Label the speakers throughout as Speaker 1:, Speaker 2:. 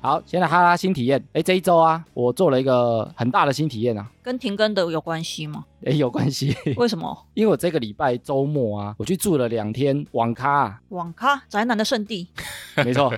Speaker 1: 好，先来哈拉新体验。哎，这一周啊，我做了一个很大的新体验啊。
Speaker 2: 跟停更的有关系吗？
Speaker 1: 哎，有关系，
Speaker 2: 为什么？
Speaker 1: 因为我这个礼拜周末啊，我去住了两天网咖、啊。
Speaker 2: 网咖宅男的圣地，
Speaker 1: 没错，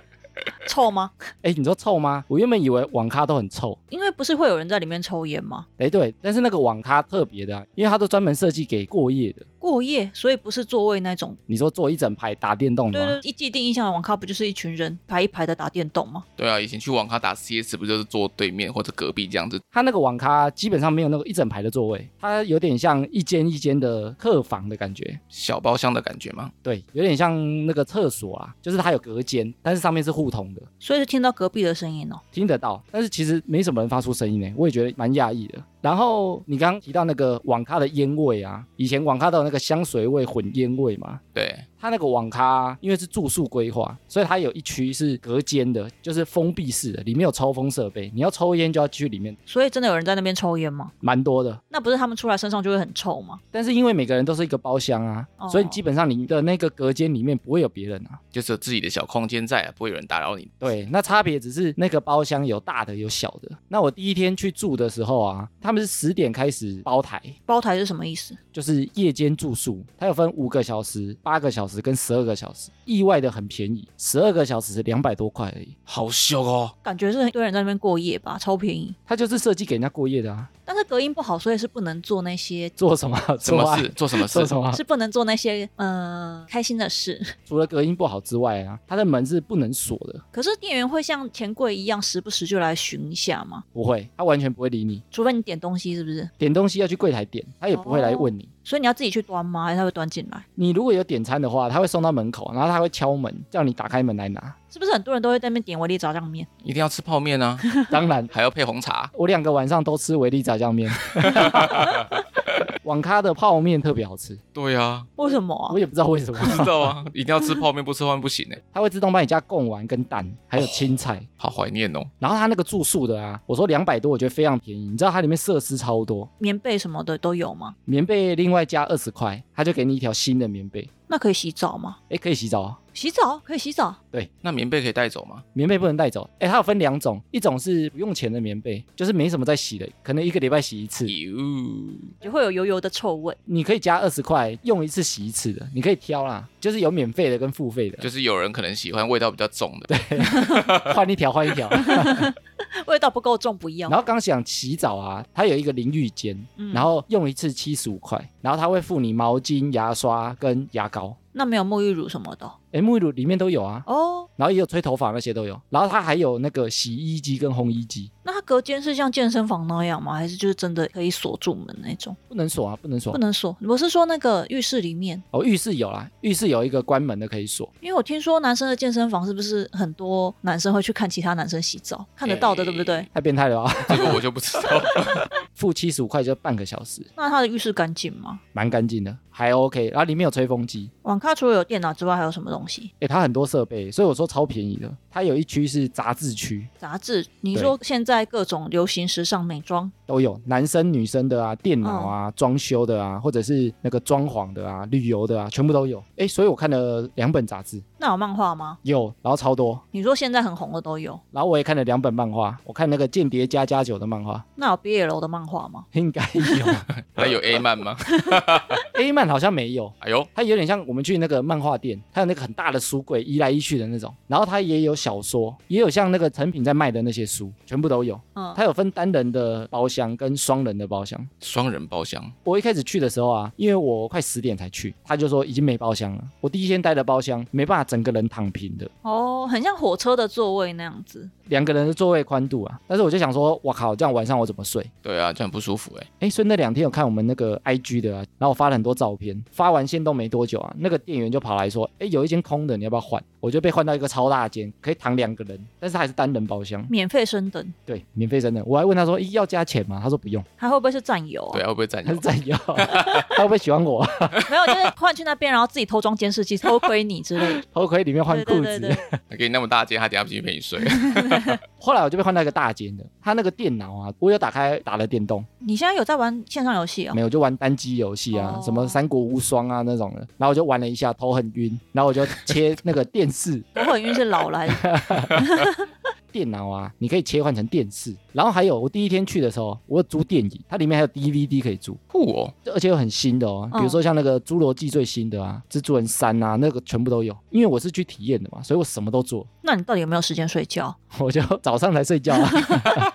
Speaker 2: 臭吗？
Speaker 1: 哎，你说臭吗？我原本以为网咖都很臭。
Speaker 2: 因为不是会有人在里面抽烟吗？
Speaker 1: 哎，对，但是那个网咖特别的、啊，因为它都专门设计给过夜的。
Speaker 2: 过夜，所以不是座位那种。
Speaker 1: 你说坐一整排打电动的
Speaker 2: 对
Speaker 1: 吗？
Speaker 2: 对，一既定印象的网咖不就是一群人排一排的打电动吗？
Speaker 3: 对啊，以前去网咖打 CS 不就是坐对面或者隔壁这样子？
Speaker 1: 它那个网咖基本上没有那个一整排的座位，它有点像一间一间的客房的感觉，
Speaker 3: 小包厢的感觉吗？
Speaker 1: 对，有点像那个厕所啊，就是它有隔间，但是上面是互通的，
Speaker 2: 所以是听到隔壁的声音哦。
Speaker 1: 听得到，但是其实没什么人发出声音欸呢，我也觉得蛮讶异的。然后你刚刚提到那个网咖的烟味啊，以前网咖都有那个香水味混烟味嘛。
Speaker 3: 对，
Speaker 1: 它那个网咖因为是住宿规划，所以它有一区是隔间的，就是封闭式的，里面有抽风设备，你要抽烟就要去里面，
Speaker 2: 所以真的有人在那边抽烟吗？
Speaker 1: 蛮多的。
Speaker 2: 那不是他们出来身上就会很臭吗？
Speaker 1: 但是因为每个人都是一个包厢啊，
Speaker 2: 哦
Speaker 1: 所以基本上你的那个隔间里面不会有别人啊。
Speaker 3: 就是有自己的小空间在、啊，不会有人打扰你。
Speaker 1: 对，那差别只是那个包厢有大的有小的。那我第一天去住的时候啊，他们是十点开始包台，
Speaker 2: 包台是什么意思？
Speaker 1: 就是夜间住宿，它有分五个小时、八个小时跟十二个小时，意外的很便宜，十二个小时两百多块而已。
Speaker 3: 好凶哦！
Speaker 2: 感觉是一堆人在那边过夜吧，超便宜。
Speaker 1: 它就是设计给人家过夜的啊，
Speaker 2: 但是隔音不好，所以是不能做那些，
Speaker 1: 做什么
Speaker 3: 哦什
Speaker 1: 做
Speaker 3: 么
Speaker 1: 爱
Speaker 3: 事？做什么
Speaker 1: 做
Speaker 3: 事？
Speaker 1: 什么？
Speaker 2: 是不能做那些嗯、呃、开心的事。
Speaker 1: 除了隔音不好之外啊，它的门是不能锁的，
Speaker 2: 可是店员会像钱柜一样，时不时就来巡一下吗？
Speaker 1: 不会，它完全不会理你。
Speaker 2: 除非你点东西，是不是？
Speaker 1: 点东西要去柜台点，它也不会来问
Speaker 3: 哦
Speaker 1: 你。
Speaker 2: 所以你要自己去端吗？还是他会端进来？
Speaker 1: 你如果有点餐的话，他会送到门口，然后他会敲门，叫你打开门来 拿。
Speaker 2: 是不是很多人都会在那边点维力炸酱面？
Speaker 3: 一定要吃泡面啊，
Speaker 1: 当然，
Speaker 3: 还要配红茶。
Speaker 1: 我两个晚上都吃维力炸酱面， 网咖的泡面特别好吃，
Speaker 3: 对啊，
Speaker 2: 为什么、啊
Speaker 1: 我？也不知道为什么，
Speaker 3: 不知道啊，一定要吃泡面，不吃泡面不行哎、
Speaker 1: 它会自动帮你加贡丸跟蛋，还有
Speaker 3: 哦
Speaker 1: 青菜。
Speaker 3: 好怀念哦。
Speaker 1: 然后它那个住宿的啊，我说两百多，我觉得非常便宜。你知道它里面设施超多，
Speaker 2: 棉被什么的都有吗？
Speaker 1: 棉被另外加二十块，它就给你一条新的棉被。
Speaker 2: 那可以洗澡吗？
Speaker 1: 哎，可以洗澡啊，
Speaker 2: 洗澡可以洗澡，
Speaker 3: 那棉被可以带走吗？
Speaker 1: 棉被不能带走。哎，它有分两种，一种是不用钱的棉被，就是没什么在洗的，可能一个礼拜洗一次。
Speaker 3: 嗯哟，
Speaker 2: 也会有油油的臭味。
Speaker 1: 你可以加二十块，用一次洗一次的，你可以挑啦，就是有免费的跟付费的，
Speaker 3: 就是有人可能喜欢味道比较重的，
Speaker 1: 换一条换一 条。
Speaker 2: 味道不够重不要
Speaker 1: 然。后刚想洗澡啊，它有一个淋浴间，
Speaker 2: 嗯
Speaker 1: 然后用一次七十五块，然后它会付你毛巾、牙刷跟牙膏。
Speaker 2: 那没有沐浴乳什么的哦
Speaker 1: 诶，沐浴乳里面都有啊，
Speaker 2: 哦。
Speaker 1: 然后也有吹头发那些都有，然后它还有那个洗衣机跟烘衣机，
Speaker 2: 那它隔间是像健身房那样吗？还是就是真的可以锁住门那种？
Speaker 1: 不能锁啊，不能锁
Speaker 2: 不。能锁。我是说那个浴室里面，
Speaker 1: 哦，浴室有啦，浴室有一个关门的可以锁，
Speaker 2: 因为我听说男生的健身房是不是很多男生会去看其他男生洗澡，看得到的，
Speaker 3: 诶
Speaker 2: 对不对？
Speaker 1: 太变态了啊！
Speaker 3: 这个我就不知道。
Speaker 1: 付七十五块就半个小时，
Speaker 2: 那他的浴室干净吗？
Speaker 1: 蛮干净的，还 OK。然后里面有吹风机，
Speaker 2: 网咖除了有电脑之外，还有什么东西？
Speaker 1: 诶，它很多设备，所以我说超便宜的。它有一区是杂志区，
Speaker 2: 杂志，你说现在各种流行时尚美妆，
Speaker 1: 都有男生女生的啊，电脑啊，装、修的啊，或者是那个装潢的啊，旅游的啊，全部都有。诶，所以我看了两本杂志，
Speaker 2: 那有漫画吗？
Speaker 1: 有，然后超多。
Speaker 2: 你说现在很红的都有，
Speaker 1: 然后我也看了两本漫画，我看那个《间谍加加九》的漫画，
Speaker 2: 那有 BL 的漫画吗？
Speaker 1: 应该有。
Speaker 3: 那有 A 漫吗？
Speaker 1: A 漫好像没有，
Speaker 3: 哎呦，
Speaker 1: 它有点像我们去那个漫画店，它有那个很大的书柜，移来移去的那种。然后它也有小说，也有像那个成品在卖的那些书，全部都有。
Speaker 2: 嗯，
Speaker 1: 它有分单人的包厢跟双人的包厢。
Speaker 3: 双人包厢，
Speaker 1: 我一开始去的时候啊，因为我快十点才去，他就说已经没包厢了。我第一天待的包厢没办法整个人躺平的，
Speaker 2: 哦，很像火车的座位那样子。
Speaker 1: 两个人的座位宽度啊。但是我就想说，哇靠，这样晚上我怎么睡？
Speaker 3: 对啊，这样很不舒服哎、
Speaker 1: 哎，所以那两天有看我们那个 IG 的啊，然后我发了很多照片，发完线都没多久啊，那个店员就跑来说，哎，有一间空的，你要不要换？我就被换到一个超大间，可以躺两个人，但是还是单人包厢，
Speaker 2: 免费升等，
Speaker 1: 对，免费真的。我还问他说，诶要加钱吗？他说不用，
Speaker 2: 还会不会是占有、
Speaker 3: 对啊，会不会 占
Speaker 1: 他是
Speaker 3: 用？
Speaker 1: 真要，哦他会不会喜欢我？
Speaker 2: 没有，就是换去那边，然后自己偷装监视器，偷窥你之类的。
Speaker 1: 头盔里面 换裤子。
Speaker 2: 对对对对，
Speaker 3: 给你那么大间，他等下不进去陪你睡。
Speaker 1: 后来我就被换到一个大间的，他那个电脑啊，我有打开打了电动，
Speaker 2: 你现在有在玩线上游戏哦
Speaker 1: 没？有就玩单机游戏啊，
Speaker 2: 哦
Speaker 1: 什么《三国无双》啊那种的，然后我就玩了一下，头很晕，然后我就切那个电视，
Speaker 2: 我很晕是老来，
Speaker 1: 电脑啊，你可以切换成电视。然后还有，我第一天去的时候，我有租电影，它里面还有 DVD 可以租，
Speaker 3: 酷哦，
Speaker 1: 而且有很新的哦，
Speaker 2: 嗯
Speaker 1: 比如说像那个《侏罗纪》最新的啊，《蜘蛛人三》啊，那个全部都有。因为我是去体验的嘛，所以我什么都做，
Speaker 2: 那你到底有没有时间睡觉？
Speaker 1: 我就早上才睡觉、啊。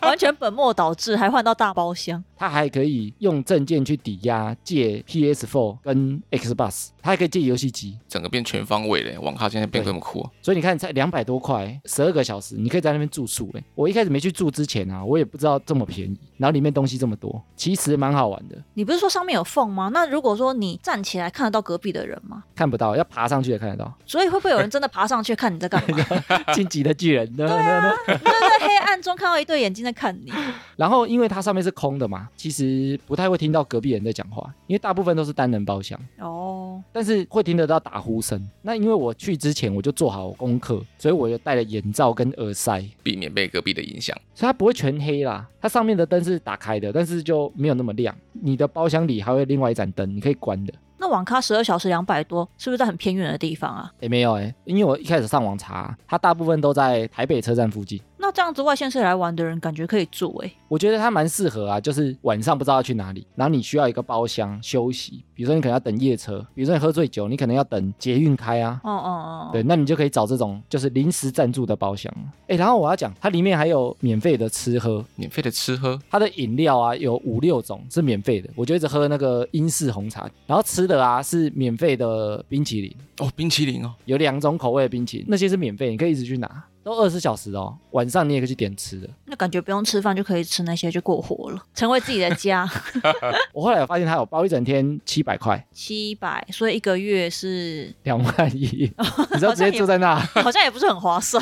Speaker 2: 完全本末倒置，还换到大包厢。
Speaker 1: 它还可以用证件去抵押借 PS4 跟 Xbox，它还可以借游戏机。
Speaker 3: 整个变全方位嘞，网咖现在变这么酷哦、
Speaker 1: 所以你看，才两百多块，十二个小时，你可以在那边住宿、欸。我一开始没去住之前啊，我也不知道这么便宜，然后里面东西这么多，其实蛮好玩的。
Speaker 2: 你不是说上面有缝吗？那如果说你站起来看得到隔壁的人吗？
Speaker 1: 看不到，要爬上去才看得 到。
Speaker 2: 所以会不会有人真的爬上去看你在干 嘛？
Speaker 1: 晋级的巨人，对啊。
Speaker 2: 你就在黑暗中看到一对眼睛在看你。
Speaker 1: 然后因为它上面是空的嘛，其实不太会听到隔壁人在讲话，因为大部分都是单人包厢，
Speaker 2: 哦，
Speaker 1: 但是会听得到打呼声。那因为我去之前我就做好功课，所以我就戴了眼罩跟耳塞，
Speaker 3: 避免被隔壁的影响。
Speaker 1: 所以它不会全黑啦，它上面的灯是打开的，但是就没有那么亮。你的包厢里还会另外一盏灯，你可以关的。
Speaker 2: 那网咖十二小时两百多，是不是在很偏远的地方啊？
Speaker 1: 也没有哎、因为我一开始上网查，它大部分都在台北车站附近。
Speaker 2: 那这样子外县市来玩的人，感觉可以住欸诶、
Speaker 1: 我觉得它蛮适合啊，就是晚上不知道要去哪里，然后你需要一个包厢休息，比如说你可能要等夜车，比如说你喝醉酒，你可能要等捷运开啊。
Speaker 2: 哦哦哦，
Speaker 1: 对，，那你就可以找这种就是临时赞助的包厢。哎，然后我要讲，它里面还有免费的吃喝，
Speaker 3: 免费的吃喝，
Speaker 1: 它的饮料啊有五六种是免费的，我就一直喝那个英式红茶，然后吃的啊是免费的冰淇淋，
Speaker 3: 哦，冰淇淋哦，
Speaker 1: 有两种口味的冰淇淋，那些是免费，你可以一直去拿，都二十小时哦。晚上你也可以去点吃的。
Speaker 2: 那感觉不用吃饭就可以吃那些就过活了，成为自己的 家。
Speaker 1: 我后来有发现它有包一整天七百块，
Speaker 2: 七百，所以一个月是
Speaker 1: 两万 一，你知道直接住在那，
Speaker 2: 哦好像也不是很划 算。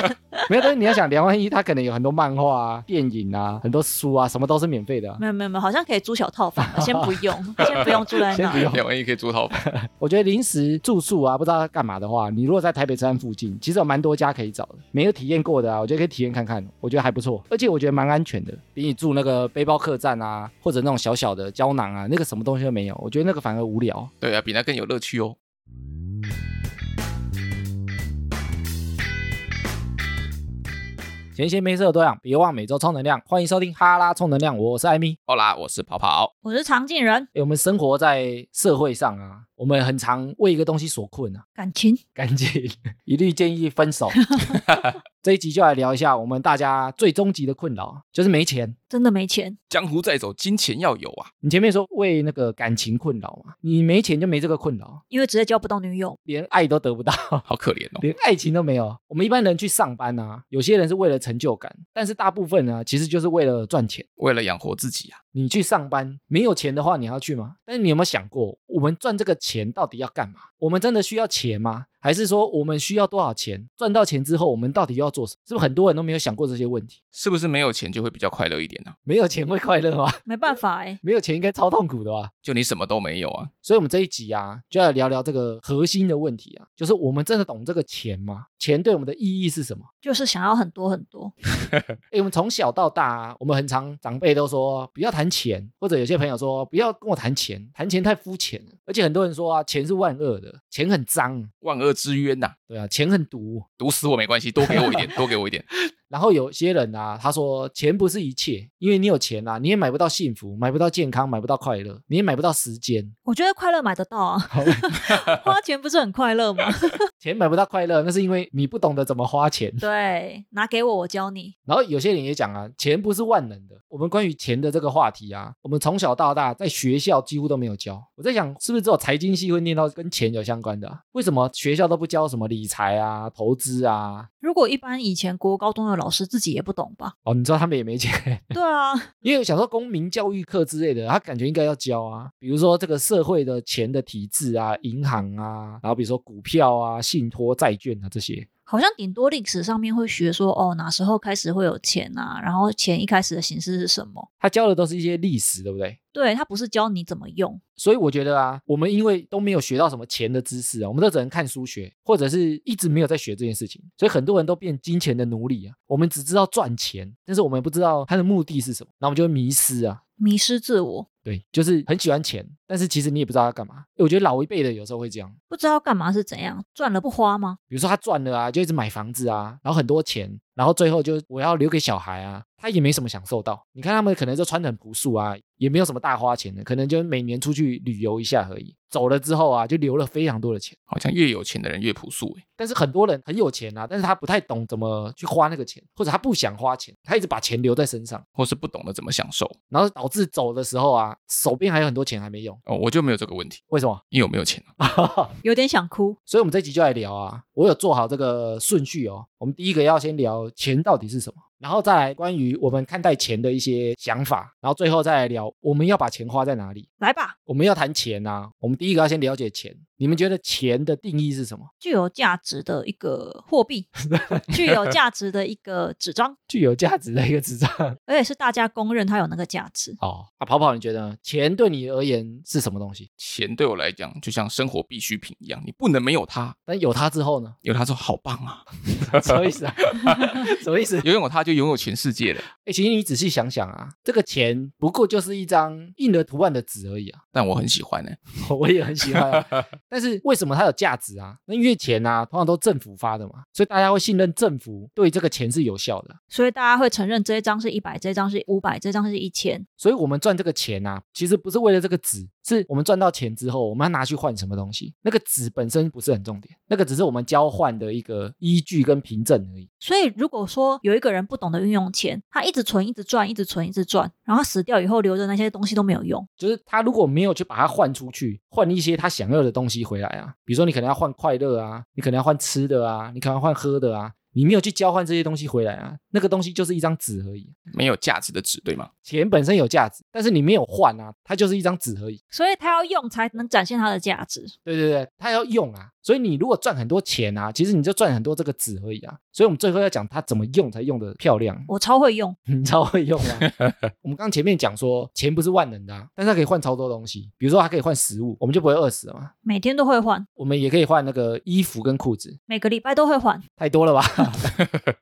Speaker 1: 没有？但是你要想两万一，它可能有很多漫画啊、电影啊、很多书啊，什么都是免费的啊、
Speaker 2: 没有没有没有，好像可以租小套房，啊先不 用，先不用住在
Speaker 1: 先
Speaker 2: 那
Speaker 1: 不。用，
Speaker 3: 哎两万一可以租套 房，
Speaker 1: 我觉得临时住宿啊，不知道要干嘛的话，你如果在台北车站附近，其实有蛮多家可以找的，没有体验过的啊，我觉得可以体验看看，我觉得还不错，而且我觉得蛮安全的，比你住那个背包客栈啊，或者那种小小的胶囊啊，那个什么东西都没有，我觉得那个反而无聊。
Speaker 3: 对啊，比那更有乐趣哦。
Speaker 1: 闲闲没事的多养，别忘每周充能量，欢迎收听哈拉充能量，我是艾 米。
Speaker 3: 好啦，我是跑跑，
Speaker 2: 我是常进人，
Speaker 1: 诶哎我们生活在社会上啊，我们很常为一个东西所困啊，
Speaker 2: 感情
Speaker 1: 感情一律建议分 手。这一集就来聊一下我们大家最终极的困扰啊，就是没钱。
Speaker 2: 真的没钱，
Speaker 3: 江湖在走，金钱要有啊。
Speaker 1: 你前面说为那个感情困扰嘛，你没钱就没这个困扰，
Speaker 2: 因为直接交不到女友。
Speaker 1: 连爱都得不到，
Speaker 3: 好可怜哦，
Speaker 1: 连爱情都没有。我们一般人去上班啊，有些人是为了成就感，但是大部分呢、其实就是为了赚钱。
Speaker 3: 为了养活自己啊，
Speaker 1: 你去上班没有钱的话，你还要去吗？但是你有没有想过，我们赚这个钱到底要干嘛？我们真的需要钱吗？还是说我们需要多少钱？赚到钱之后，我们到底要做什么？是不是很多人都没有想过这些问题？
Speaker 3: 是不是没有钱就会比较快乐一点呢、啊？
Speaker 1: 没有钱会快乐吗？
Speaker 2: 没办法哎、
Speaker 1: 没有钱应该超痛苦的吧？
Speaker 3: 就你什么都没有啊，
Speaker 1: 所以，我们这一集啊，就要聊聊这个核心的问题啊，就是我们真的懂这个钱吗？钱对我们的意义是什么？
Speaker 2: 就是想要很多很多。
Speaker 1: 诶，我们从小到大、啊，我们很常长辈都说不要谈钱，或者有些朋友说不要跟我谈钱，谈钱太肤浅了。而且很多人说啊，钱是万恶的，钱很脏，
Speaker 3: 万恶之冤呐、
Speaker 1: 对啊，钱很毒。
Speaker 3: 毒死我没关系，多给 我一点，多给我一点。
Speaker 1: 然后有些人啊，他说钱不是一切，因为你有钱啊，你也买不到幸福，买不到健康，买不到快乐，你也买不到时间。
Speaker 2: 我觉得快乐买得到啊， 花钱不是很快乐吗？
Speaker 1: 钱买不到快乐，那是因为你不懂得怎么花钱。
Speaker 2: 对，拿给我，我教你。
Speaker 1: 然后有些人也讲啊，钱不是万能的。我们关于钱的这个话题啊，我们从小到大在学校几乎都没有教。我在想，是不是只有财经系会念到跟钱有相关的、啊？为什么学校都不教什么理财啊、投资啊？
Speaker 2: 如果一般以前国高中的老师自己也不懂 吧？
Speaker 1: 哦，你知道他们也没钱，
Speaker 2: 对啊，
Speaker 1: 因为想说公民教育课之类的，他感觉应该要教啊，比如说这个社会的钱的体制啊、银行啊，然后比如说股票啊、信托、债券啊这些。
Speaker 2: 好像顶多历史上面会学说哦，哪时候开始会有钱啊，然后钱一开始的形式是什么？
Speaker 1: 他教的都是一些历史，对不对？
Speaker 2: 对，它不是教你怎么用，
Speaker 1: 所以我觉得啊，我们因为都没有学到什么钱的知识啊，我们都只能看书学，或者是一直没有在学这件事情，所以很多人都变金钱的奴隶啊。我们只知道赚钱，但是我们不知道它的目的是什么，那我们就会迷失啊。
Speaker 2: 迷失自我，
Speaker 1: 对，就是很喜欢钱，但是其实你也不知道要干嘛。我觉得老一辈的有时候会这样，
Speaker 2: 不知道干嘛是怎样，赚了不花吗？
Speaker 1: 比如说他赚了啊，就一直买房子啊，然后很多钱，然后最后就我要留给小孩啊，他也没什么享受到。你看他们可能就穿的很朴素啊，也没有什么大花钱的，可能就每年出去旅游一下而已。走了之后啊，就留了非常多的钱。
Speaker 3: 好像越有钱的人越朴素哎、
Speaker 1: 但是很多人很有钱啊，但是他不太懂怎么去花那个钱，或者他不想花钱，他一直把钱留在身上，
Speaker 3: 或是不懂得怎么享受
Speaker 1: 然后导致走的时候啊，手边还有很多钱还没用。
Speaker 3: 哦。我就没有这个问题，
Speaker 1: 为什么？
Speaker 3: 因为我没有钱啊。
Speaker 2: 有点想哭。
Speaker 1: 所以，我们这集就来聊啊，我有做好这个顺序哦。我们第一个要先聊钱到底是什么，然后再来关于我们看待钱的一些想法，然后最后再来聊我们要把钱花在哪里。
Speaker 2: 来吧，
Speaker 1: 我们要谈钱啊，我们第一个要先了解钱。你们觉得钱的定义是什么？
Speaker 2: 具有价值的一个货 币，具有价值的一个纸张，
Speaker 1: 具有价值的一个纸张
Speaker 2: 而且是大家公认它有那个价值。
Speaker 1: 哦。啊，跑跑，你觉得呢钱对你而言是什么东西？
Speaker 3: 钱对我来讲就像生活必需品一样，你不能没有它。
Speaker 1: 但有它之后 呢？
Speaker 3: 有它就好棒啊，
Speaker 1: 什么意思啊？什么意 思？
Speaker 3: 拥有它就拥有全世界了。
Speaker 1: 哎、其实你仔细想想啊，这个钱不过就是一张印了图案的纸而已啊。
Speaker 3: 但我很喜欢呢、
Speaker 1: 我也很喜欢、啊。但是为什么它有价值啊？那因为钱啊，通常都政府发的嘛，所以大家会信任政府对这个钱是有效的。
Speaker 2: 所以大家会承认这一张是一百，这一张是五百，这张是一千。
Speaker 1: 所以我们赚这个钱啊，其实不是为了这个纸，是我们赚到钱之后，我们要拿去换什么东西。那个纸本身不是很重点，那个只是我们交换的一个依据跟凭证而已。
Speaker 2: 所以如果说有一个人不懂得运用钱，他一直存，一直赚，一直存，一直赚，然后死掉以后留着那些东西都没有用，
Speaker 1: 就是他如果没有去把它换出去，换一些他想要的东西回来啊，比如说你可能要换快乐啊，你可能要换吃的啊，你可能要换喝的啊，你没有去交换这些东西回来啊，那个东西就是一张纸而已。啊
Speaker 3: 没有价值的纸，对吗？
Speaker 1: 钱本身有价值，但是你没有换啊，它就是一张纸而已。
Speaker 2: 所以他要用才能展现它的价值。
Speaker 1: 对对对，它要用啊。所以你如果赚很多钱啊，其实你就赚很多这个纸而已啊。所以我们最后要讲它怎么用才用的漂亮，
Speaker 2: 我超会用，
Speaker 1: 你超会用啊。 我们刚前面讲说钱不是万能的、啊，但是它可以换超多东西，比如说它可以换食物，我们就不会饿死了嘛。
Speaker 2: 每天都会换，
Speaker 1: 我们也可以换那个衣服跟裤子，
Speaker 2: 每个礼拜都会换，
Speaker 1: 太多了吧？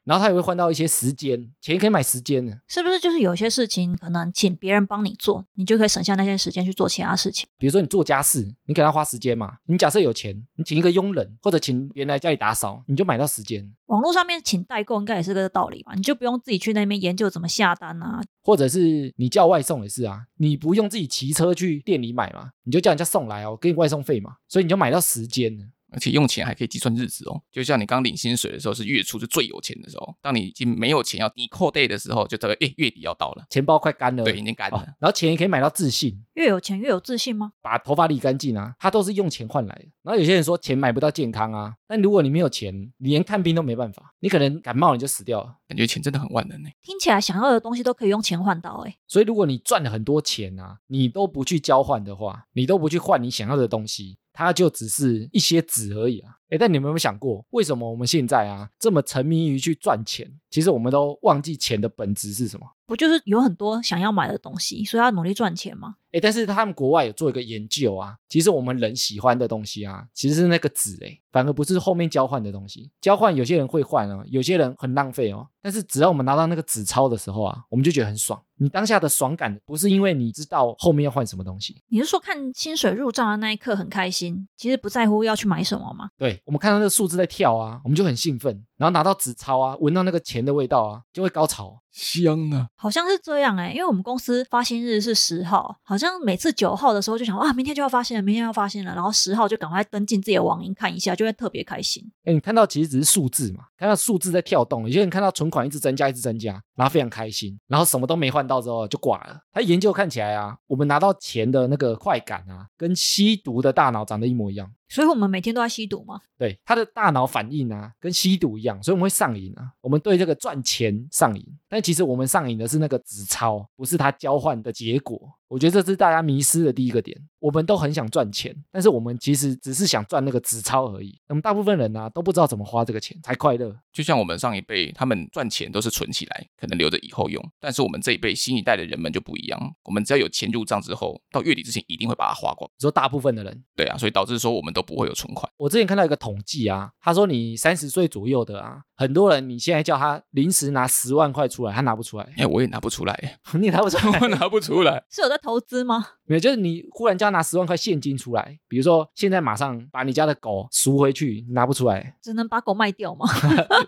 Speaker 1: 然后它也会换到一些时间，钱也可以买时间的。
Speaker 2: 是不是？就是有些事情可能请别人帮你做，你就可以省下那些时间去做其他事情。
Speaker 1: 比如说你做家事，你给他花时间嘛。你假设有钱，你请一个佣人，或者请别人来家里打扫，你就买到时间。
Speaker 2: 网络上面请代购应该也是个道理吧，你就不用自己去那边研究怎么下单啊。
Speaker 1: 或者是你叫外送也是啊，你不用自己骑车去店里买嘛，你就叫人家送来哦，给你外送费嘛，所以你就买到时间了。
Speaker 3: 而且用钱还可以计算日子哦，就像你刚领薪水的时候是月初是最有钱的时候，当你已经没有钱要抵扣 day 的时候，就代表哎月底要到了，
Speaker 1: 钱包快干了，
Speaker 3: 对，已经干了。
Speaker 1: 哦，然后钱也可以买到自信，
Speaker 2: 越有钱越有自信吗？
Speaker 1: 把头发理干净啊，它都是用钱换来的。然后有些人说钱买不到健康啊，但如果你没有钱，你连看病都没办法，你可能感冒你就死掉了。
Speaker 3: 感觉钱真的很万能呢。
Speaker 2: 听起来想要的东西都可以用钱换到、欸，哎，
Speaker 1: 所以如果你赚了很多钱啊，你都不去交换的话，你都不去换你想要的东西，它就只是一些纸而已啊。诶，但你们有没有想过，为什么我们现在啊这么沉迷于去赚钱？其实我们都忘记钱的本质是什么。
Speaker 2: 不就是有很多想要买的东西，所以要努力赚钱吗？
Speaker 1: 诶，但是他们国外有做一个研究啊，其实我们人喜欢的东西啊，其实是那个纸诶，反而不是后面交换的东西。交换有些人会换哦，有些人很浪费哦。但是只要我们拿到那个纸钞的时候啊，我们就觉得很爽。你当下的爽感不是因为你知道后面要换什么东西，
Speaker 2: 你是说看薪水入账的那一刻很开心，其实不在乎要去买什么吗？
Speaker 1: 对，我们看到那个数字在跳啊，我们就很兴奋，然后拿到纸钞啊，闻到那个钱的味道啊，就会高潮。
Speaker 3: 香啊！
Speaker 2: 好像是这样哎、因为我们公司发薪日是十号，好像每次九号的时候就想啊哇，明天就要发薪了，明天要发薪了，然后十号就赶快登进自己的网银看一下，就会特别开心。
Speaker 1: 哎，你看到其实只是数字嘛，看到数字在跳动，有些人看到存款一直增加，一直增加，然后非常开心，然后什么都没换到之后就挂了。他研究看起来啊，我们拿到钱的那个快感啊，跟吸毒的大脑长得一模一样。
Speaker 2: 所以我们每天都在吸毒嘛，
Speaker 1: 对，他的大脑反应啊，跟吸毒一样，所以我们会上瘾啊。我们对这个赚钱上瘾，但其实我们上瘾的是那个纸钞，不是它交换的结果。我觉得这是大家迷失的第一个点。我们都很想赚钱，但是我们其实只是想赚那个纸钞而已。我们大部分人啊都不知道怎么花这个钱才快乐。
Speaker 3: 就像我们上一辈，他们赚钱都是存起来，可能留着以后用。但是我们这一辈新一代的人们就不一样，我们只要有钱入账之后，到月底之前一定会把它花光。
Speaker 1: 你说大部分的人，
Speaker 3: 对啊，所以导致说我们都不会有存款。
Speaker 1: 我之前看到一个统计啊，他说你三十岁左右的啊，很多人你现在叫他临时拿十万块出来，他拿不出来，
Speaker 3: 哎，我也拿不出来，
Speaker 1: 你也拿不出来
Speaker 3: 我。拿不出来。
Speaker 2: 是有在投资吗？
Speaker 1: 没有，就是你忽然叫他拿十万块现金出来，比如说现在马上把你家的狗赎回去，拿不出来，
Speaker 2: 只能把狗卖掉吗？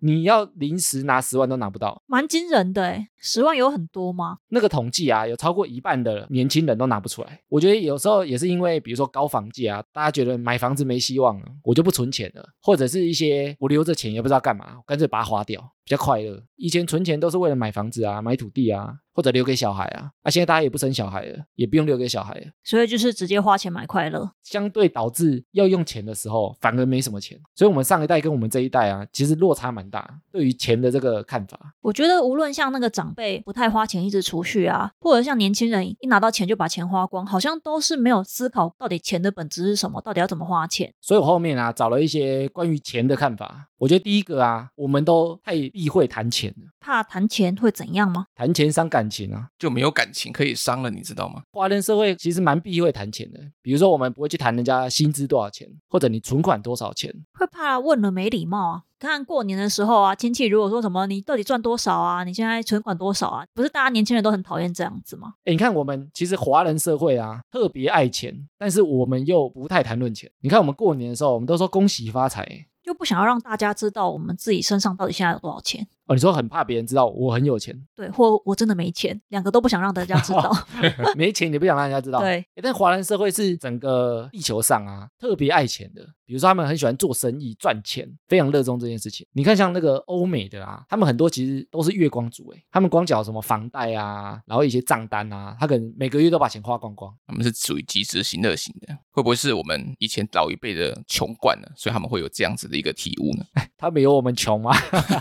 Speaker 1: 你要临时拿十万都拿不到。
Speaker 2: 蛮惊人的哎，十万有很多吗？
Speaker 1: 那个统计啊，有超过一半的年轻人都拿不出来。我觉得有时候也是因为，比如说高房价啊，大家觉得买房子没希望了，我就不存钱了，或者是一些我留着钱也不知道干嘛，干脆把它花掉，比较快乐。以前存钱都是为了买房子啊、买土地啊，或者留给小孩啊，啊，现在大家也不生小孩了，也不用留给小孩了。
Speaker 2: 所以就是直接花钱买快乐。
Speaker 1: 相对导致要用钱的时候，反而没什么钱，所以我们上一代跟我们这一代啊，其实落差蛮大，对于钱的这个看法。
Speaker 2: 我觉得无论像那个长辈不太花钱一直储蓄啊，或者像年轻人一拿到钱就把钱花光，好像都是没有思考到底钱的本质是什么，到底要怎么花钱。
Speaker 1: 所以我后面啊找了一些关于钱的看法。我觉得第一个啊，我们都太避讳谈钱了，
Speaker 2: 怕谈钱会怎样吗？
Speaker 1: 谈钱伤感情啊。
Speaker 3: 就没有感情可以伤了，你知道吗？
Speaker 1: 华人社会其实蛮避讳谈钱的，比如说我们不会去谈人家薪资多少钱，或者你存款多少钱。
Speaker 2: 会怕问了没礼貌啊。看过年的时候啊，亲戚如果说什么你到底赚多少啊，你现在存款多少啊，不是大家年轻人都很讨厌这样子吗？
Speaker 1: 哎，你看我们其实华人社会啊，特别爱钱，但是我们又不太谈论钱。你看我们过年的时候，我们都说恭喜发财
Speaker 2: 就不想要让大家知道我们自己身上到底现在有多少钱，
Speaker 1: 哦，你说很怕别人知道我很有钱，
Speaker 2: 对，或我真的没钱，两个都不想让大家知道。
Speaker 1: 没钱你不想让人家知道。
Speaker 2: 对，
Speaker 1: 欸但华人社会是整个地球上啊特别爱钱的，比如说他们很喜欢做生意赚钱，非常热衷这件事情。你看像那个欧美的啊，他们很多其实都是月光族、欸，他们光缴什么房贷啊，然后一些账单啊，他可能每个月都把钱花光光。
Speaker 3: 他们是属于及时行乐型的，会不会是我们以前老一辈的穷惯了，所以他们会有这样子的一个体悟呢？
Speaker 1: 他们有我们穷吗？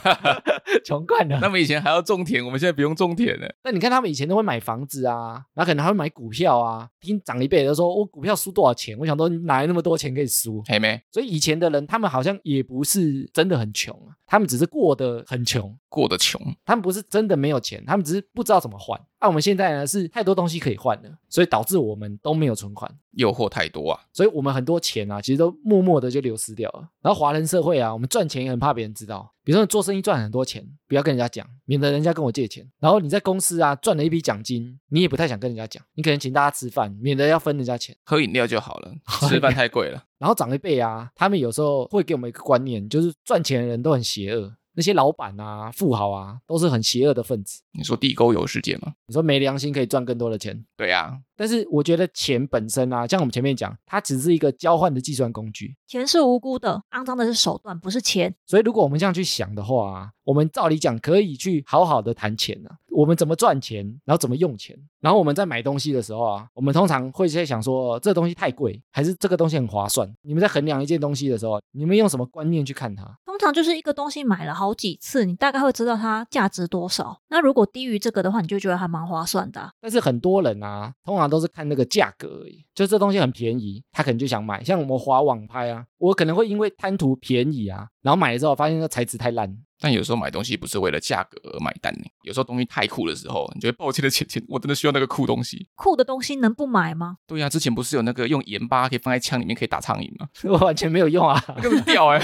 Speaker 1: 啊 穷惯了。
Speaker 3: 他们以前还要种田，我们现在不用种田了。
Speaker 1: 那你看他们以前都会买房子啊，然后可能还会买股票啊。听长一辈的说，哦我、股票输多少钱？我想说哪来那么多钱可以输？
Speaker 3: 嘿没
Speaker 1: 所以以前的人，他们好像也不是真的很穷啊，他们只是过得很穷。
Speaker 3: 过得穷，
Speaker 1: 他们不是真的没有钱，他们只是不知道怎么换。那、我们现在呢是太多东西可以换了，所以导致我们都没有存款，
Speaker 3: 诱惑太多啊。
Speaker 1: 所以我们很多钱啊，其实都默默的就流失掉了。然后华人社会啊，我们赚钱也很怕别人知道，比如说你做生意赚很多钱，不要跟人家讲，免得人家跟我借钱。然后你在公司啊赚了一笔奖金，你也不太想跟人家讲，你可能请大家吃饭，免得要分人家钱。
Speaker 3: 喝饮料就好了，吃饭太贵了。
Speaker 1: 然后长一辈啊，他们有时候会给我们一个观念，就是赚钱的人都很邪恶，那些老板啊、富豪啊，都是很邪恶的分子。
Speaker 3: 你说地沟油事件吗？
Speaker 1: 你说没良心可以赚更多的钱，
Speaker 3: 对啊，
Speaker 1: 但是我觉得钱本身啊，像我们前面讲，它只是一个交换的计算工具。
Speaker 2: 钱是无辜的，肮脏的是手段，不是钱。
Speaker 1: 所以如果我们这样去想的话、啊，我们照理讲可以去好好的谈钱啊，我们怎么赚钱，然后怎么用钱，然后我们在买东西的时候啊，我们通常会在想说这东西太贵，还是这个东西很划算。你们在衡量一件东西的时候，你们用什么观念去看它？
Speaker 2: 通常就是一个东西买了好几次，你大概会知道它价值多少。那如果低于这个的话，你就觉得还蛮划算的啊、
Speaker 1: 但是很多人啊，通常都是看那个价格而已，就这东西很便宜，他可能就想买。像我们滑网拍啊，我可能会因为贪图便宜啊，然后买了之后发现那个材质太烂，
Speaker 3: 但有时候买东西不是为了价格而买单呢。有时候东西太酷的时候，你就会抱歉的钱钱，我真的需要那个酷东西。
Speaker 2: 酷的东西能不买吗？
Speaker 3: 对呀、啊，之前不是有那个用盐巴可以放在枪里面可以打苍蝇吗？
Speaker 1: 我完全没有用啊。
Speaker 3: 根本屌哎、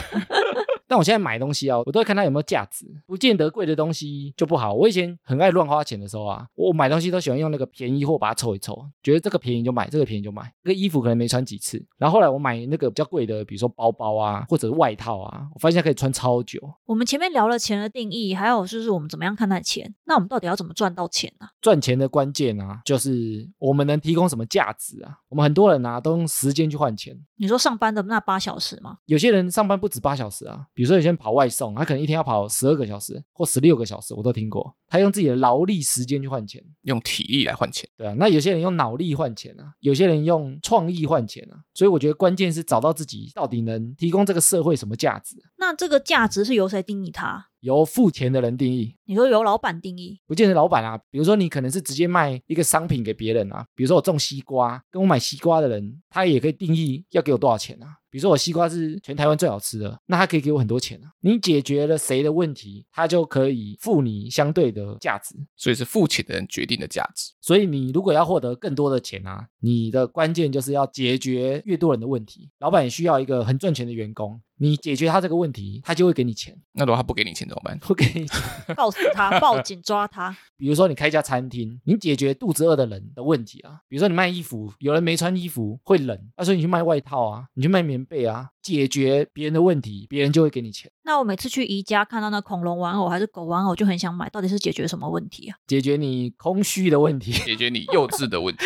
Speaker 1: 但我现在买东西啊，我都会看它有没有价值，不见得贵的东西就不好。我以前很爱乱花钱的时候啊，我买东西都喜欢用那个便宜货把它凑一凑，觉得这个便宜就买，这个便宜就买。这个衣服可能没穿几次，然后后来我买那个比较贵的，比如说包包啊，或者是外套啊，我发现它可以穿超久。
Speaker 2: 我们前面聊了钱的定义，还有就是我们怎么样看待钱。那我们到底要怎么赚到钱啊呢、
Speaker 1: 赚钱的关键啊，就是我们能提供什么价值啊。我们很多人啊，都用时间去换钱。
Speaker 2: 你说上班的那八小时吗？
Speaker 1: 有些人上班不止八小时啊，比比如说有些人跑外送，他可能一天要跑十二个小时或十六个小时，我都听过。他用自己的劳力时间去换钱，
Speaker 3: 用体力来换钱，
Speaker 1: 对啊。那有些人用脑力换钱啊，有些人用创意换钱啊。所以我觉得关键是找到自己到底能提供这个社会什么价值，啊
Speaker 2: 那这个价值是由谁定义它？啊
Speaker 1: 由付钱的人定义。
Speaker 2: 你说由老板定义，
Speaker 1: 不见得老板啊，比如说你可能是直接卖一个商品给别人啊，比如说我种西瓜，跟我买西瓜的人，他也可以定义要给我多少钱啊。比如说我西瓜是全台湾最好吃的，那他可以给我很多钱啊。你解决了谁的问题，他就可以付你相对的价值。
Speaker 3: 所以是付钱的人决定的价值。
Speaker 1: 所以你如果要获得更多的钱啊，你的关键就是要解决越多人的问题。老板也需要一个很赚钱的员工，你解决他这个问题，他就会给你钱，
Speaker 3: 那如果他不给你钱怎么办？
Speaker 1: 不给你钱。
Speaker 2: 告诉他，报警抓他。
Speaker 1: 比如说你开一家餐厅，你解决肚子饿的人的问题啊。比如说你卖衣服，有人没穿衣服会冷，啊，所以你去卖外套啊，你去卖棉被啊，解决别人的问题，别人就会给你钱，
Speaker 2: 那我每次去宜家看到那恐龙玩偶还是狗玩偶，就很想买，到底是解决什么问题啊？
Speaker 1: 解决你空虚的问题。
Speaker 3: 解决你幼稚的问题，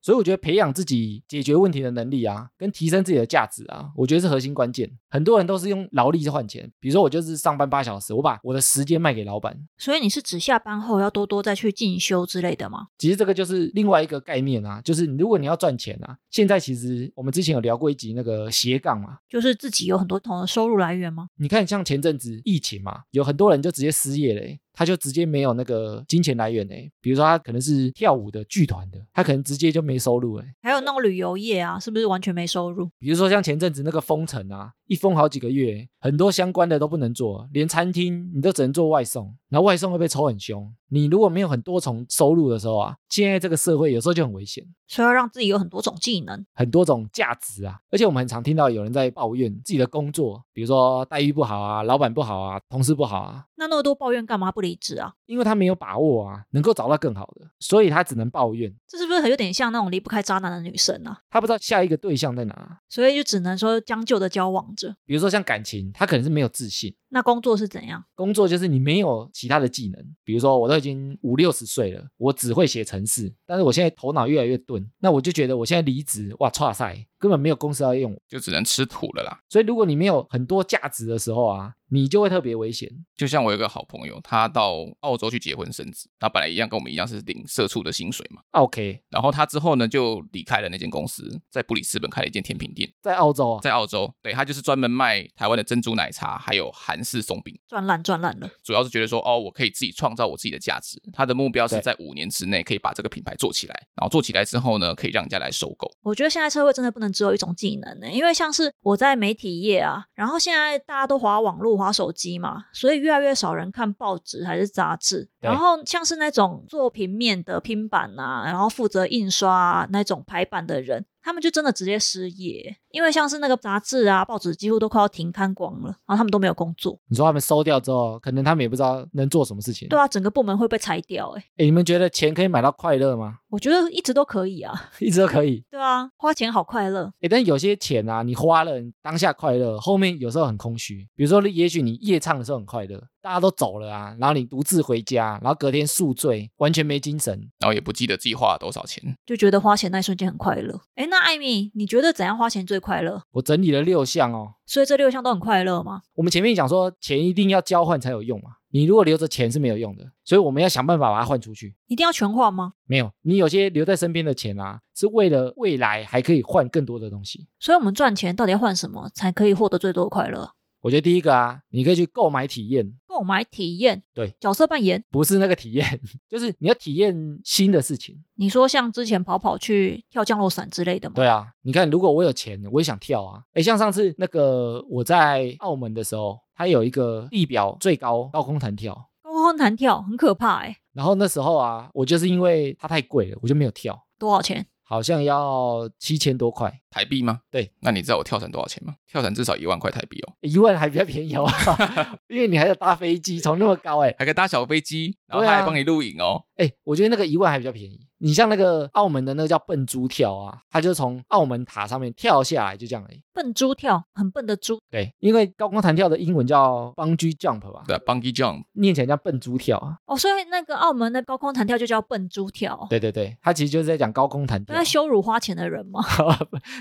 Speaker 1: 所以我觉得培养自己解决问题的能力啊，跟提升自己的价值啊，我觉得是核心关键。很多人都是用劳力去换钱，比如说我就是上班八小时，我把我的时间卖给老板，
Speaker 2: 所以你是指下班后要多多再去进修之类的吗？
Speaker 1: 其实这个就是另外一个概念啊，就是你如果你要赚钱啊，现在其实我们之前有聊过一集那个斜杠嘛，
Speaker 2: 就是自己有很多不同的收入来源吗？
Speaker 1: 你看像前阵子疫情嘛，有很多人就直接失业嘞、欸他就直接没有那个金钱来源嘞、比如说他可能是跳舞的剧团的，他可能直接就没收入哎、
Speaker 2: 还有那种旅游业啊，是不是完全没收入？
Speaker 1: 比如说像前阵子那个封城啊，一封好几个月，欸很多相关的都不能做，连餐厅你都只能做外送，然后外送会被抽很凶。你如果没有很多重收入的时候啊，现在这个社会有时候就很危险。
Speaker 2: 所以要让自己有很多种技能。
Speaker 1: 很多种价值啊，而且我们很常听到有人在抱怨自己的工作，比如说待遇不好啊，老板不好啊，同事不好啊，
Speaker 2: 那那么多抱怨干嘛不离职啊？
Speaker 1: 因为他没有把握啊，能够找到更好的，所以他只能抱怨，
Speaker 2: 这是不是很有点像那种离不开渣男的女生啊？
Speaker 1: 他不知道下一个对象在哪。
Speaker 2: 所以就只能说将就的交往着。
Speaker 1: 比如说像感情，他可能是没有自信。
Speaker 2: 那工作是怎样？
Speaker 1: 工作就是你没有其他的技能，比如说我都已经五六十岁了，我只会写程式，但是我现在头脑越来越钝，那我就觉得我现在离职，哇，差赛，根本没有公司要用我。
Speaker 3: 就只能吃土了啦。
Speaker 1: 所以如果你没有很多价值的时候啊，你就会特别危险。
Speaker 3: 就像我有一个好朋友，他到澳洲去结婚生子，他本来一样跟我们一样是领社畜的薪水嘛，
Speaker 1: 啊 OK，
Speaker 3: 然后他之后呢就离开了那间公司，在布里斯本开了一间甜品店，
Speaker 1: 在澳洲啊，
Speaker 3: 在澳洲，对他就是专门卖台湾的珍珠奶茶，还有韩式松饼，
Speaker 2: 赚烂赚烂了，
Speaker 3: 主要是觉得说哦，我可以自己创造我自己的价值，他的目标是
Speaker 1: 对
Speaker 3: 在五年之内可以把这个品牌做起来，然后做起来之后呢，可以让人家来收购，
Speaker 2: 我觉得现在社会真的不能只有一种技能呢、因为像是我在媒体业啊，然后现在大家都滑网络、滑手机嘛，所以越来越少人看报纸还是杂志。
Speaker 1: 对
Speaker 2: 然后像是那种做平面的拼板啊，然后负责印刷、啊、那种排版的人，他们就真的直接失业，因为像是那个杂志啊、报纸几乎都快要停刊光了，然后他们都没有工作。
Speaker 1: 你说他们收掉之后，可能他们也不知道能做什么事情。
Speaker 2: 对啊，整个部门会被裁掉、欸。哎，
Speaker 1: 哎，你们觉得钱可以买到快乐吗？
Speaker 2: 我觉得一直都可以啊。
Speaker 1: 一直都可以。
Speaker 2: 对啊，花钱好快乐。
Speaker 1: 哎，但有些钱啊，你花了你当下快乐，后面有时候很空虚。比如说，也许你夜唱的时候很快乐，大家都走了啊，然后你独自回家，然后隔天宿醉，完全没精神。
Speaker 3: 然后也不记得自己花了多少钱，
Speaker 2: 就觉得花钱那一瞬间很快乐。哎，那艾米，你觉得怎样花钱最快乐？
Speaker 1: 我整理了六项哦。
Speaker 2: 所以这六项都很快乐吗？
Speaker 1: 我们前面讲说，钱一定要交换才有用嘛，你如果留着钱是没有用的，所以我们要想办法把它换出去。
Speaker 2: 一定要全换吗？
Speaker 1: 没有，你有些留在身边的钱啊，是为了未来还可以换更多的东西。
Speaker 2: 所以我们赚钱到底要换什么才可以获得最多的快乐？
Speaker 1: 我觉得第一个啊，你可以去购买体验，
Speaker 2: 购买体验，
Speaker 1: 对
Speaker 2: 角色扮演。
Speaker 1: 不是那个体验， 就是你要体验新的事情。
Speaker 2: 你说像之前跑跑去跳降落伞之类的吗？
Speaker 1: 对啊，你看，如果我有钱，我也想跳啊。诶，像上次那个我在澳门的时候，它有一个地表最高高空弹跳，
Speaker 2: 高空弹跳很可怕哎、
Speaker 1: 然后那时候啊，我就是因为它太贵了，我就没有跳，
Speaker 2: 多少钱？
Speaker 1: 好像要七千多块，
Speaker 3: 台币吗？
Speaker 1: 对，
Speaker 3: 那你知道我跳伞多少钱吗？跳伞至少一万块台币哦，
Speaker 1: 一万还比较便宜哦， 因为你还要搭飞机，从那么高诶。
Speaker 3: 还可以搭小飞机，然后
Speaker 1: 对
Speaker 3: 他
Speaker 1: 啊
Speaker 3: 还帮你录影哦，
Speaker 1: 哎，我觉得那个一万还比较便宜。你像那个澳门的那个叫笨猪跳啊，它就从澳门塔上面跳下来，就这样而已。
Speaker 2: 笨猪跳，很笨的猪，
Speaker 1: 对，因为高空弹跳的英文叫 bungee jump 吧，
Speaker 3: 对啊，Bungee Jump，
Speaker 1: 念起来叫笨猪跳啊。
Speaker 2: 哦，所以那个澳门的高空弹跳就叫笨猪跳，
Speaker 1: 对对 对，它其实就是在讲高空弹
Speaker 2: 都
Speaker 1: 跳
Speaker 2: 在，羞辱花 钱 的人吗？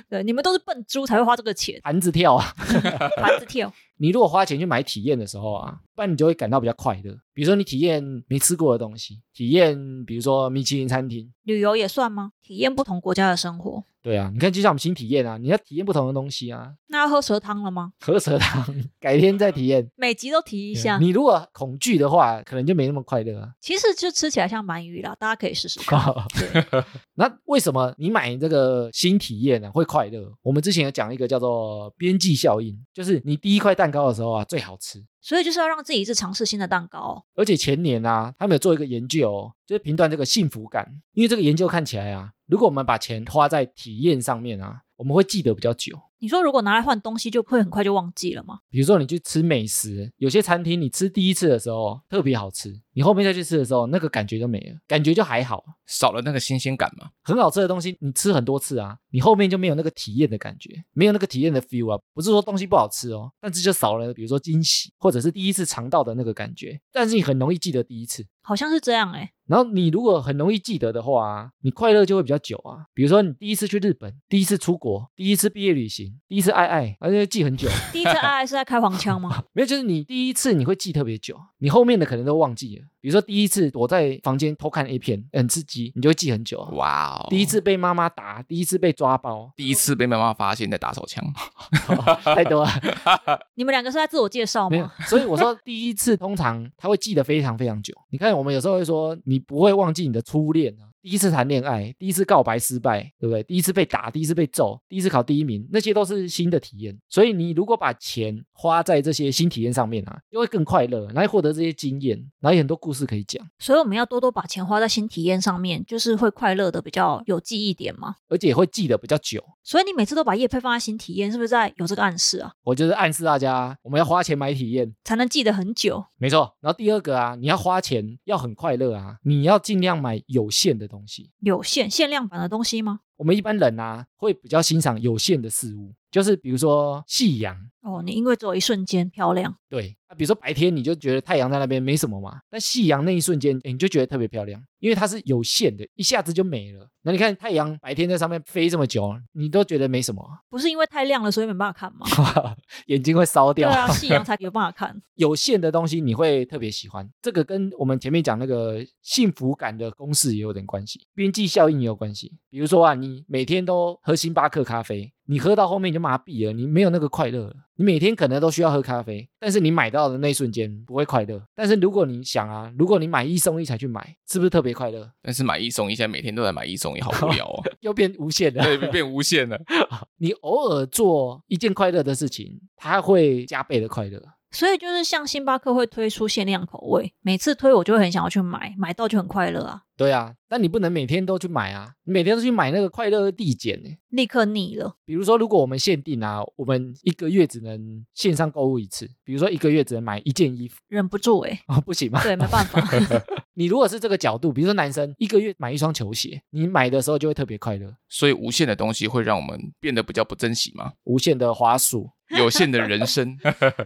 Speaker 2: 对，你们都是笨猪才会花这个钱，
Speaker 1: 盘子跳啊。
Speaker 2: 盘子跳。
Speaker 1: 你如果花钱去买体验的时候啊，不然你就会感到比较快乐。比如说你体验没吃过的东西，体验比如说米其林餐厅，
Speaker 2: 旅游也算吗？体验不同国家的生活。
Speaker 1: 对啊，你看就像我们新体验啊，你要体验不同的东西啊，
Speaker 2: 那要喝蛇汤了吗？
Speaker 1: 喝蛇汤， 改天再体 验。
Speaker 2: 每集都提一下。
Speaker 1: 你如果恐惧的话，可能就没那么快乐 啊。
Speaker 2: 其实就吃起来像鳗鱼啦，大家可以试试看。
Speaker 1: 那为什么你买这个新体验啊呢、会快乐？我们之前有讲一个叫做边际效应，就是你第一块蛋糕的时候啊最好吃。
Speaker 2: 所以就是要让自己一直尝试新的蛋糕。哦
Speaker 1: 而且前年啊，他们有做一个研究、哦就是评断这个幸福感。因为这个研究看起来啊，如果我们把钱花在体验上面啊，我们会记得比较久。
Speaker 2: 你说如果拿来换东西，就会很快就忘记了吗？
Speaker 1: 比如说你去吃美食，有些餐厅你吃第一次的时候哦特别好吃，你后面再去吃的时候，那个感觉就没了，感觉就还好。
Speaker 3: 少了那个新鲜感嘛。
Speaker 1: 很好吃的东西，你吃很多次啊，你后面就没有那个体验的感觉，没有那个体验的 feel 啊。不是说东西不好吃哦，但是就少了比如说惊喜，或者是第一次尝到的那个感觉。但是你很容易记得第一次。
Speaker 2: 好像是这样哎、
Speaker 1: 然后你如果很容易记得的话、啊，你快乐就会比较久啊。比如说你第一次去日本，第一次出国，第一次毕业旅行，第一次爱爱，而且记很久。
Speaker 2: 第一次爱爱是在开黄 腔吗？
Speaker 1: 没有，就是你第一次你会记特别久，你后面的可能都忘记了。比如说第一次躲在房间偷看 A 片，很刺激，你就会记很久啊。
Speaker 3: 哇哦！，
Speaker 1: 第一次被妈妈打，第一次被抓包
Speaker 3: 第一次被妈妈发现在打手枪，
Speaker 1: 太多了。
Speaker 2: 你们两个是在自我介绍
Speaker 1: 没有
Speaker 2: 吗？，
Speaker 1: 所以我说第一次通常他会记得非常非常久。你看，我们有时候会说，你不会忘记你的初恋啊，第一次谈恋爱，第一次告白失败，对不对？第一次被打，第一次被揍，第一次考第一名，那些都是新的体验。所以你如果把钱花在这些新体验上面啊，就会更快乐，然后也获得这些经验，然后有很多故事可以讲，
Speaker 2: 所以我们要多多把钱花在新体验上面，就是会快乐的比较有记忆点嘛。
Speaker 1: 而且也会记得比较久。
Speaker 2: 所以你每次都把叶配放在新体验，是不是在有这个暗示啊？
Speaker 1: 我就是暗示大家，我们要花钱买体验。
Speaker 2: 才能记得很久。
Speaker 1: 没错，然后第二个啊，你要花钱要很快乐啊，你要尽量买有限的东西。
Speaker 2: 有限限量版的东西吗？
Speaker 1: 我们一般人啊，会比较欣赏有限的事物，就是比如说夕阳，
Speaker 2: 哦，你因为只有一瞬间漂亮，
Speaker 1: 对，啊、比如说白天你就觉得太阳在那边没什么嘛，但夕阳那一瞬间，诶你就觉得特别漂亮，因为它是有限的，一下子就没了。那你看太阳白天在上面飞这么久，你都觉得没什么，
Speaker 2: 不是因为太亮了所以没办法看吗？
Speaker 1: 眼睛会烧
Speaker 2: 对
Speaker 1: 掉。
Speaker 2: 啊，夕阳才有办法看。
Speaker 1: 有限的东西你会特别喜欢，这个跟我们前面讲那个幸福感的公式也有点关系，边际效应也有关系。比如说啊，你每天都喝星巴克咖啡，你喝到后面你就麻痹了，你没有那个快乐了。你每天可能都需要喝咖啡，但是你买到的那一瞬间不会快乐。但是如果你想啊，如果你买一送一才去买，是不是特别快乐？
Speaker 3: 但是买一送一，现在每天都在买一送一，好无聊哦。
Speaker 1: 又变无限了。
Speaker 3: 对，变无限了。
Speaker 1: 你偶尔做一件快乐的事情，它会加倍的快乐。
Speaker 2: 所以就是像星巴克会推出限量口味，每次推我就会很想要去买，买到就很快乐啊，
Speaker 1: 对啊，但你不能每天都去买啊，你每天都去买那个快乐的递减欸呢。
Speaker 2: 立刻腻了。
Speaker 1: 比如说，如果我们限定啊，我们一个月只能线上购物一次，比如说一个月只能买一件衣服
Speaker 2: 忍不住哎、
Speaker 1: 哦，不行吗？
Speaker 2: 对，没办法，
Speaker 1: 你如果是这个角度，比如说男生一个月买一双球鞋，你买的时候就会特别快乐，
Speaker 3: 所以无限的东西会让我们变得比较不珍惜 嘛。
Speaker 1: 无限的滑鼠。
Speaker 3: 有限的人生，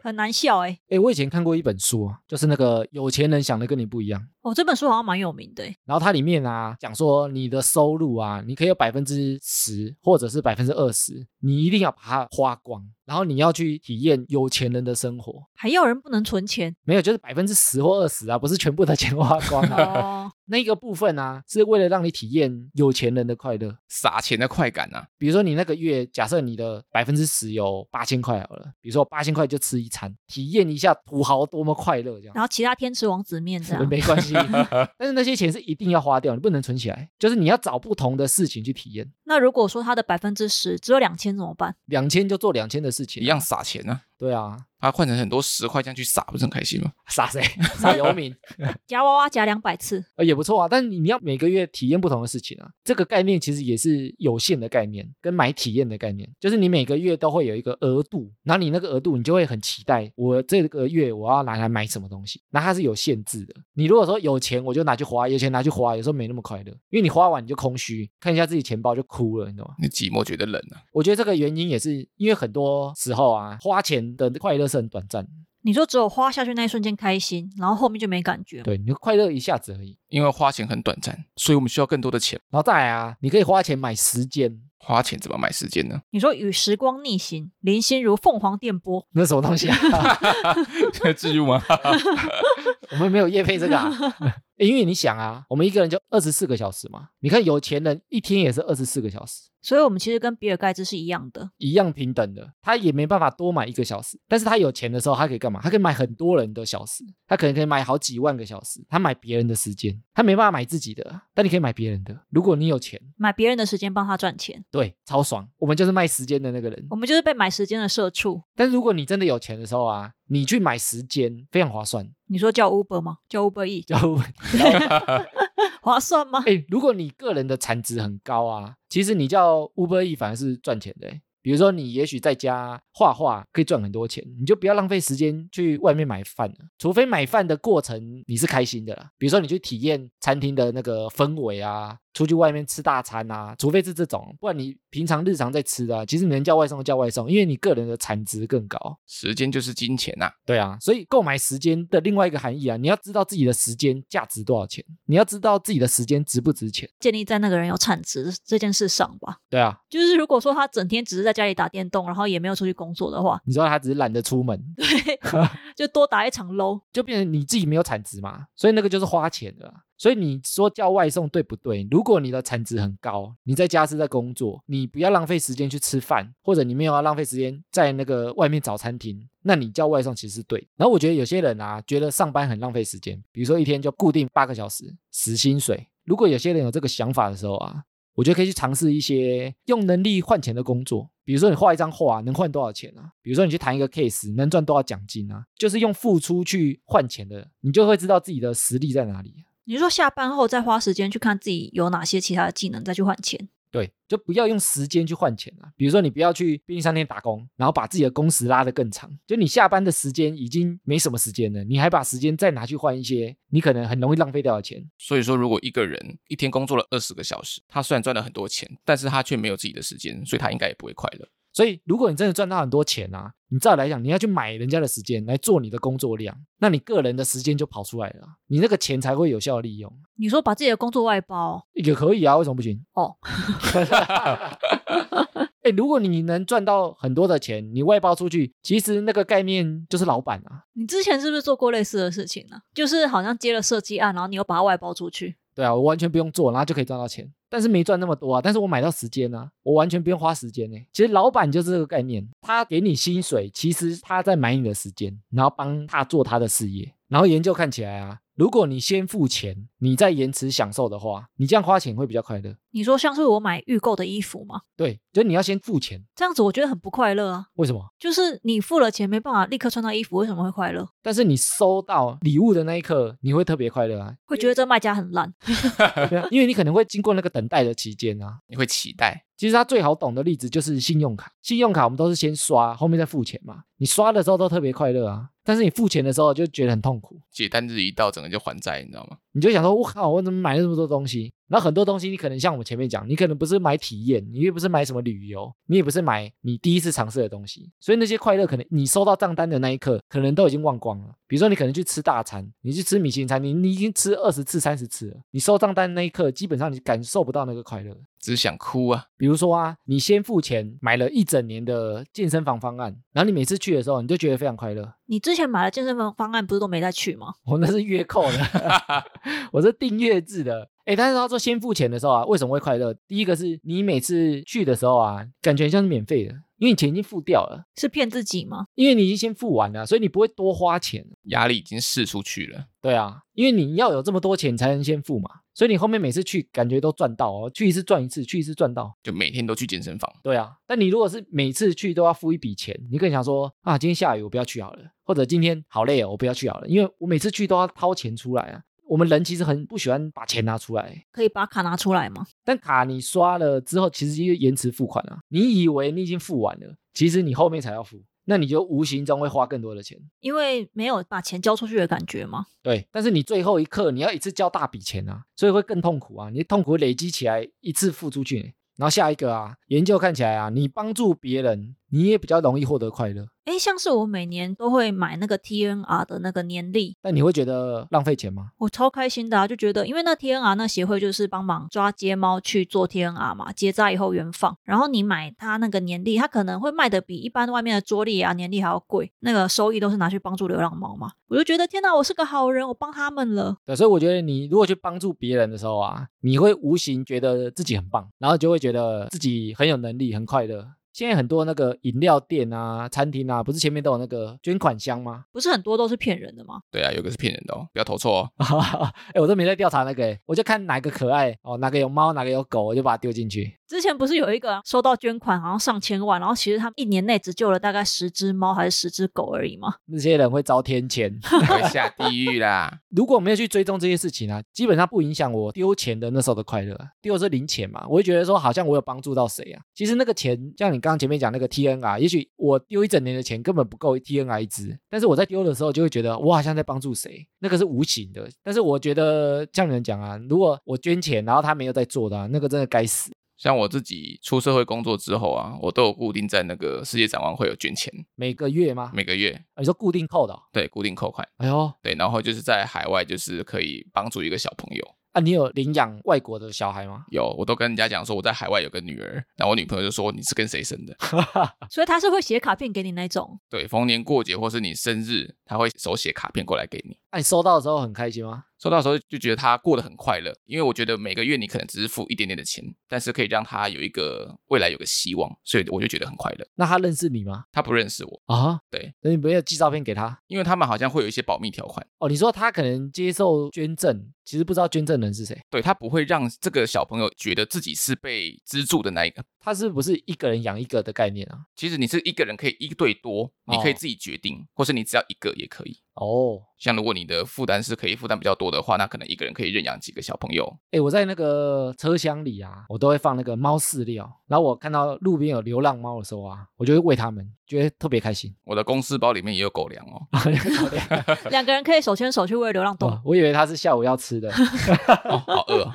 Speaker 2: 很难笑哎、
Speaker 1: 诶，我以前看过一本书啊，就是那个有钱人想的跟你不一样。
Speaker 2: 哦，这本书好像蛮有名的、欸，
Speaker 1: 然后它里面啊讲说，你的收入啊，你可以有百分之十或者是百分之二十，你一定要把它花光，然后你要去体验有钱人的生活。
Speaker 2: 还要人不能 存钱
Speaker 1: 没有，就是百分之十或二十啊，不是全部的钱花光啊。
Speaker 2: 哦。
Speaker 1: 那个部分啊，是为了让你体验有钱人的快乐。
Speaker 3: 撒钱的快感啊，
Speaker 1: 比如说你那个月，假设你的百分之十有八千块好了，比如说八千块就吃一餐，体验一下土豪多么快乐这样。
Speaker 2: 然后其他天吃王子面这 样，
Speaker 1: 没关 系，但是那些钱是一定要花掉，你不能存起来，就是你要找不同的事情去体验。
Speaker 2: 那如果说它的百分之十只有两千怎么办？
Speaker 1: 两千就做两千的事情，
Speaker 3: 一样。撒钱啊。
Speaker 1: 对啊，
Speaker 3: 它换成很多十块这样去撒，不是很开心吗？
Speaker 1: 傻谁？傻游民、
Speaker 2: 夹娃娃夹两百次，
Speaker 1: 呃、也不错啊。但你你要每个月体验不同的事情啊，这个概念其实也是有限的概念，跟买体验的概念，就是你每个月都会有一个额度，然后你那个额度你就会很期待，我这个月我要拿来买什么东西，那它是有限制的。你如果说有钱我就拿去花，有钱拿去花，有时候没那么快乐，因为你花完你就空虚，看一下自己钱包就哭了，你懂吗？
Speaker 3: 你寂寞觉得冷啊，
Speaker 1: 我觉得这个原因也是因为很多时候啊，花钱的快乐是很短暂的，
Speaker 2: 你说只有花下去那一瞬间开心，然后后面就没感觉。
Speaker 1: 对，你就快乐一下子而已。
Speaker 3: 因为花钱很短暂，所以我们需要更多的钱。
Speaker 1: 然后再来啊，你可以花钱买时间。
Speaker 3: 花钱怎么买时间呢？
Speaker 2: 你说与时光逆行，林心如凤凰电波，
Speaker 1: 那什么东西啊？
Speaker 3: 至于吗？
Speaker 1: 我们没有夜配这个啊。因为你想啊，我们一个人就二十四个小时嘛，你看有钱人一天也是二十四个小时，
Speaker 2: 所以我们其实跟比尔盖茨是一样的。
Speaker 1: 一样平等的，他也没办法多买一个小时，但是他有钱的时候，他可以干嘛？他可以买很多人的小时，他可能可以买好几万个小时，他买别人的时间，他没办法买自己的，啊但你可以买别人的。如果你有钱，
Speaker 2: 买别人的时间帮他赚钱，
Speaker 1: 对，超爽。我们就是卖时间的那个人
Speaker 2: 我。们就是被买时间的社畜。
Speaker 1: 但是如果你真的有钱的时候啊，你去买时间非常划算，
Speaker 2: 你说叫 Uber 吗？叫 Uber E
Speaker 1: 就
Speaker 2: 划算吗？
Speaker 1: 哎、如果你个人的产值很高啊，其实你叫 Uber E 反而是赚钱的、欸。比如说，你也许在家画画可以赚很多钱，你就不要浪费时间去外面买饭了。除非买饭的过程你是开心的啦，比如说你去体验餐厅的那个氛围啊，出去外面吃大餐啊，除非是这种，不然你平常日常在吃的、啊，其实你能叫外送就叫外送，因为你个人的产值更高。
Speaker 3: 时间就是金钱呐、
Speaker 1: 对啊，所以购买时间的另外一个含义啊，你要知道自己的时间价值多少钱，你要知道自己的时间值不值钱。
Speaker 2: 建立在那个人有产值这件事上吧。
Speaker 1: 对啊，
Speaker 2: 就是如果说他整天只是在家里打电动，然后也没有出去工作的话，
Speaker 1: 你知道他只是懒得出门，
Speaker 2: 对，就多打一场 low。
Speaker 1: 就变成你自己没有产值嘛，所以那个就是花钱的啊。所以你说叫外送对不对？如果你的产值很高，你在家是在工作，你不要浪费时间去吃饭，或者你没有要浪费时间在那个外面找餐厅，那你叫外送其实是对。然后我觉得有些人啊，觉得上班很浪费时间，比如说一天就固定八个小时，死薪水。如果有些人有这个想法的时候啊，我觉得可以去尝试一些用能力换钱的工作，比如说你画一张画能换多少钱啊？比如说你去谈一个 case 能赚多少奖金啊？就是用付出去换钱的，你就会知道自己的实力在哪里。
Speaker 2: 你说下班后再花时间去看自己有哪些其他的技能，再去换钱。
Speaker 1: 对，就不要用时间去换钱啊。比如说，你不要去便利商店打工，然后把自己的工时拉得更长。就你下班的时间已经没什么时间了，你还把时间再拿去换一些你可能很容易浪费掉的钱。
Speaker 3: 所以说，如果一个人一天工作了二十个小时，他虽然赚了很多钱，但是他却没有自己的时间，所以他应该也不会快乐。
Speaker 1: 所以，如果你真的赚到很多钱啊，你照理来讲，你要去买人家的时间来做你的工作量，那你个人的时间就跑出来了啊，你那个钱才会有效利用。啊
Speaker 2: 你说把自己的工作外包
Speaker 1: 也可以啊，为什么不行？
Speaker 2: 哦，
Speaker 1: 哎、如果你能赚到很多的钱，你外包出去，其实那个概念就是老板啊。
Speaker 2: 你之前是不是做过类似的事情呢、就是好像接了设计案，然后你又把它外包出去。
Speaker 1: 对啊，我完全不用做，然后就可以赚到钱，但是没赚那么多啊。但是我买到时间啊，我完全不用花时间呢、其实老板就是这个概念，他给你薪水，其实他在买你的时间，然后帮他做他的事业。然后研究看起来啊，如果你先付钱，你再延迟享受的话，你这样花钱会比较快乐。
Speaker 2: 你说像是我买预购的衣服嘛，
Speaker 1: 对，就是你要先付钱，
Speaker 2: 这样子我觉得很不快乐啊。
Speaker 1: 为什么？
Speaker 2: 就是你付了钱没办法立刻穿到衣服，为什么会快乐？
Speaker 1: 但是你收到礼物的那一刻，你会特别快乐啊，
Speaker 2: 会觉得这卖家很烂。
Speaker 1: 对啊因为你可能会经过那个等待的期间啊。
Speaker 3: 你会期待，
Speaker 1: 其实他最好懂的例子就是信用卡。信用卡我们都是先刷，后面再付钱嘛。你刷的时候都特别快乐啊，但是你付钱的时候就觉得很痛苦，
Speaker 3: 解单日一到，整个就还债，你知道吗？
Speaker 1: 你就想说：“我靠，我怎么买了这么多东西？”然后很多东西你可能像我们前面讲，你可能不是买体验，你也不是买什么旅游，你也不是买你第一次尝试的东西，所以那些快乐可能你收到账单的那一刻，可能都已经忘光了。比如说你可能去吃大餐，你去吃米其林餐厅，你已经吃二十次、三十次了，你收账单那一刻，基本上你感受不到那个快乐。
Speaker 3: 只想哭啊！
Speaker 1: 比如说啊，你先付钱买了一整年的健身房方案，然后你每次去的时候，你就觉得非常快乐。
Speaker 2: 你之前买了健身房方案，不是都没再去吗？
Speaker 1: 我那是月扣的，我是订阅制的。哎，但是他说先付钱的时候啊，为什么会快乐？第一个是你每次去的时候啊，感觉像是免费的，因为你钱已经付掉了，
Speaker 2: 是骗自己吗？
Speaker 1: 因为你已经先付完了，所以你不会多花钱。
Speaker 3: 压力已经释出去了，
Speaker 1: 对啊，因为你要有这么多钱才能先付嘛，所以你后面每次去感觉都赚到哦，去一次赚一次，去一次赚到。
Speaker 3: 就每天都去健身房，
Speaker 1: 对啊，但你如果是每次去都要付一笔钱，你更想说啊，今天下雨我不要去好了，或者今天好累哦，我不要去好了，因为我每次去都要掏钱出来啊。我们人其实很不喜欢把钱拿出来，
Speaker 2: 可以把卡拿出来吗？
Speaker 1: 但卡你刷了之后，其实就延迟付款啊。你以为你已经付完了，其实你后面才要付，那你就无形中会花更多的钱。
Speaker 2: 因为没有把钱交出去的感觉吗？
Speaker 1: 对，但是你最后一刻你要一次交大笔钱啊，所以会更痛苦啊，你的痛苦累积起来一次付出去，然后下一个啊，研究看起来啊，你帮助别人，你也比较容易获得快乐。
Speaker 2: 诶，像是我每年都会买那个 TNR 的那个年历，
Speaker 1: 但你会觉得浪费钱吗？
Speaker 2: 我超开心的啊，就觉得因为那 TNR 那协会就是帮忙抓街猫去做 TNR 嘛，结扎以后原放，然后你买它那个年历，它可能会卖的比一般外面的桌历啊年历还要贵，那个收益都是拿去帮助流浪猫嘛。我就觉得天哪，我是个好人，我帮他们了。
Speaker 1: 对，所以我觉得你如果去帮助别人的时候啊，你会无形觉得自己很棒，然后就会觉得自己很有能力，很快乐。现在很多那个饮料店啊、餐厅啊，不是前面都有那个捐款箱吗？
Speaker 2: 不是很多都是骗人的吗？
Speaker 3: 对啊，有个是骗人的哦，不要投错哦。
Speaker 1: 哎、我都没在调查那个、欸，我就看哪个可爱哦，哪个有猫，哪个有狗，我就把它丢进去。
Speaker 2: 之前不是有一个啊收到捐款好像上千万，然后其实他们一年内只救了大概十只猫还是十只狗而已嘛。
Speaker 1: 那些人会遭天谴。
Speaker 3: 会下地狱啦！
Speaker 1: 如果没有去追踪这些事情啊，基本上不影响我丢钱的那时候的快乐啊、丢的是零钱嘛，我会觉得说好像我有帮助到谁啊。其实那个钱，像你刚刚前面讲那个 TNR，也许我丢一整年的钱根本不够 TNR 一支，但是我在丢的时候就会觉得我好像在帮助谁，那个是无形的。但是我觉得像你们讲啊，如果我捐钱，然后他没有在做的、啊，那个真的该死。
Speaker 3: 像我自己出社会工作之后啊，我都有固定在那个世界展望会有捐钱，
Speaker 1: 每个月吗？
Speaker 3: 每个月
Speaker 1: 啊你说固定扣的哦、
Speaker 3: 对固定扣款，
Speaker 1: 哎呦，
Speaker 3: 对，然后就是在海外就是可以帮助一个小朋友。
Speaker 1: 啊，你有领养外国的小孩吗？
Speaker 3: 有，我都跟人家讲说我在海外有个女儿，然后我女朋友就说你是跟谁生的？
Speaker 2: 所以他是会写卡片给你那种，
Speaker 3: 对，逢年过节或是你生日，她会手写卡片过来给你。
Speaker 1: 那、啊你收到的时候很开心吗？
Speaker 3: 收到的时候就觉得他过得很快乐，因为我觉得每个月你可能只是付一点点的钱，但是可以让他有一个未来有个希望，所以我就觉得很快乐。
Speaker 1: 那他认识你吗？
Speaker 3: 他不认识我，
Speaker 1: 啊，
Speaker 3: 对，
Speaker 1: 那你没有寄照片给他？
Speaker 3: 因为他们好像会有一些保密条款，
Speaker 1: 哦，你说他可能接受捐赠，其实不知道捐赠人是谁，
Speaker 3: 对他不会让这个小朋友觉得自己是被资助的那一个。
Speaker 1: 他是不是一个人养一个的概念啊？
Speaker 3: 其实你是一个人可以一对多，你可以
Speaker 1: 哦
Speaker 3: 自己决定，或是你只要一个也可以。
Speaker 1: 哦，
Speaker 3: 像如果你的负担是可以负担比较多的话，那可能一个人可以认养几个小朋友。
Speaker 1: 哎，我在那个车厢里啊，我都会放那个猫饲料，然后我看到路边有流浪猫的时候啊，我就会喂它们，觉得特别开心。
Speaker 3: 我的公司包里面也有狗粮 哦，
Speaker 2: 两个人可以手牵手去喂流浪动物
Speaker 1: 哦，我以为它是下午要吃的，
Speaker 3: 哦好饿、哦。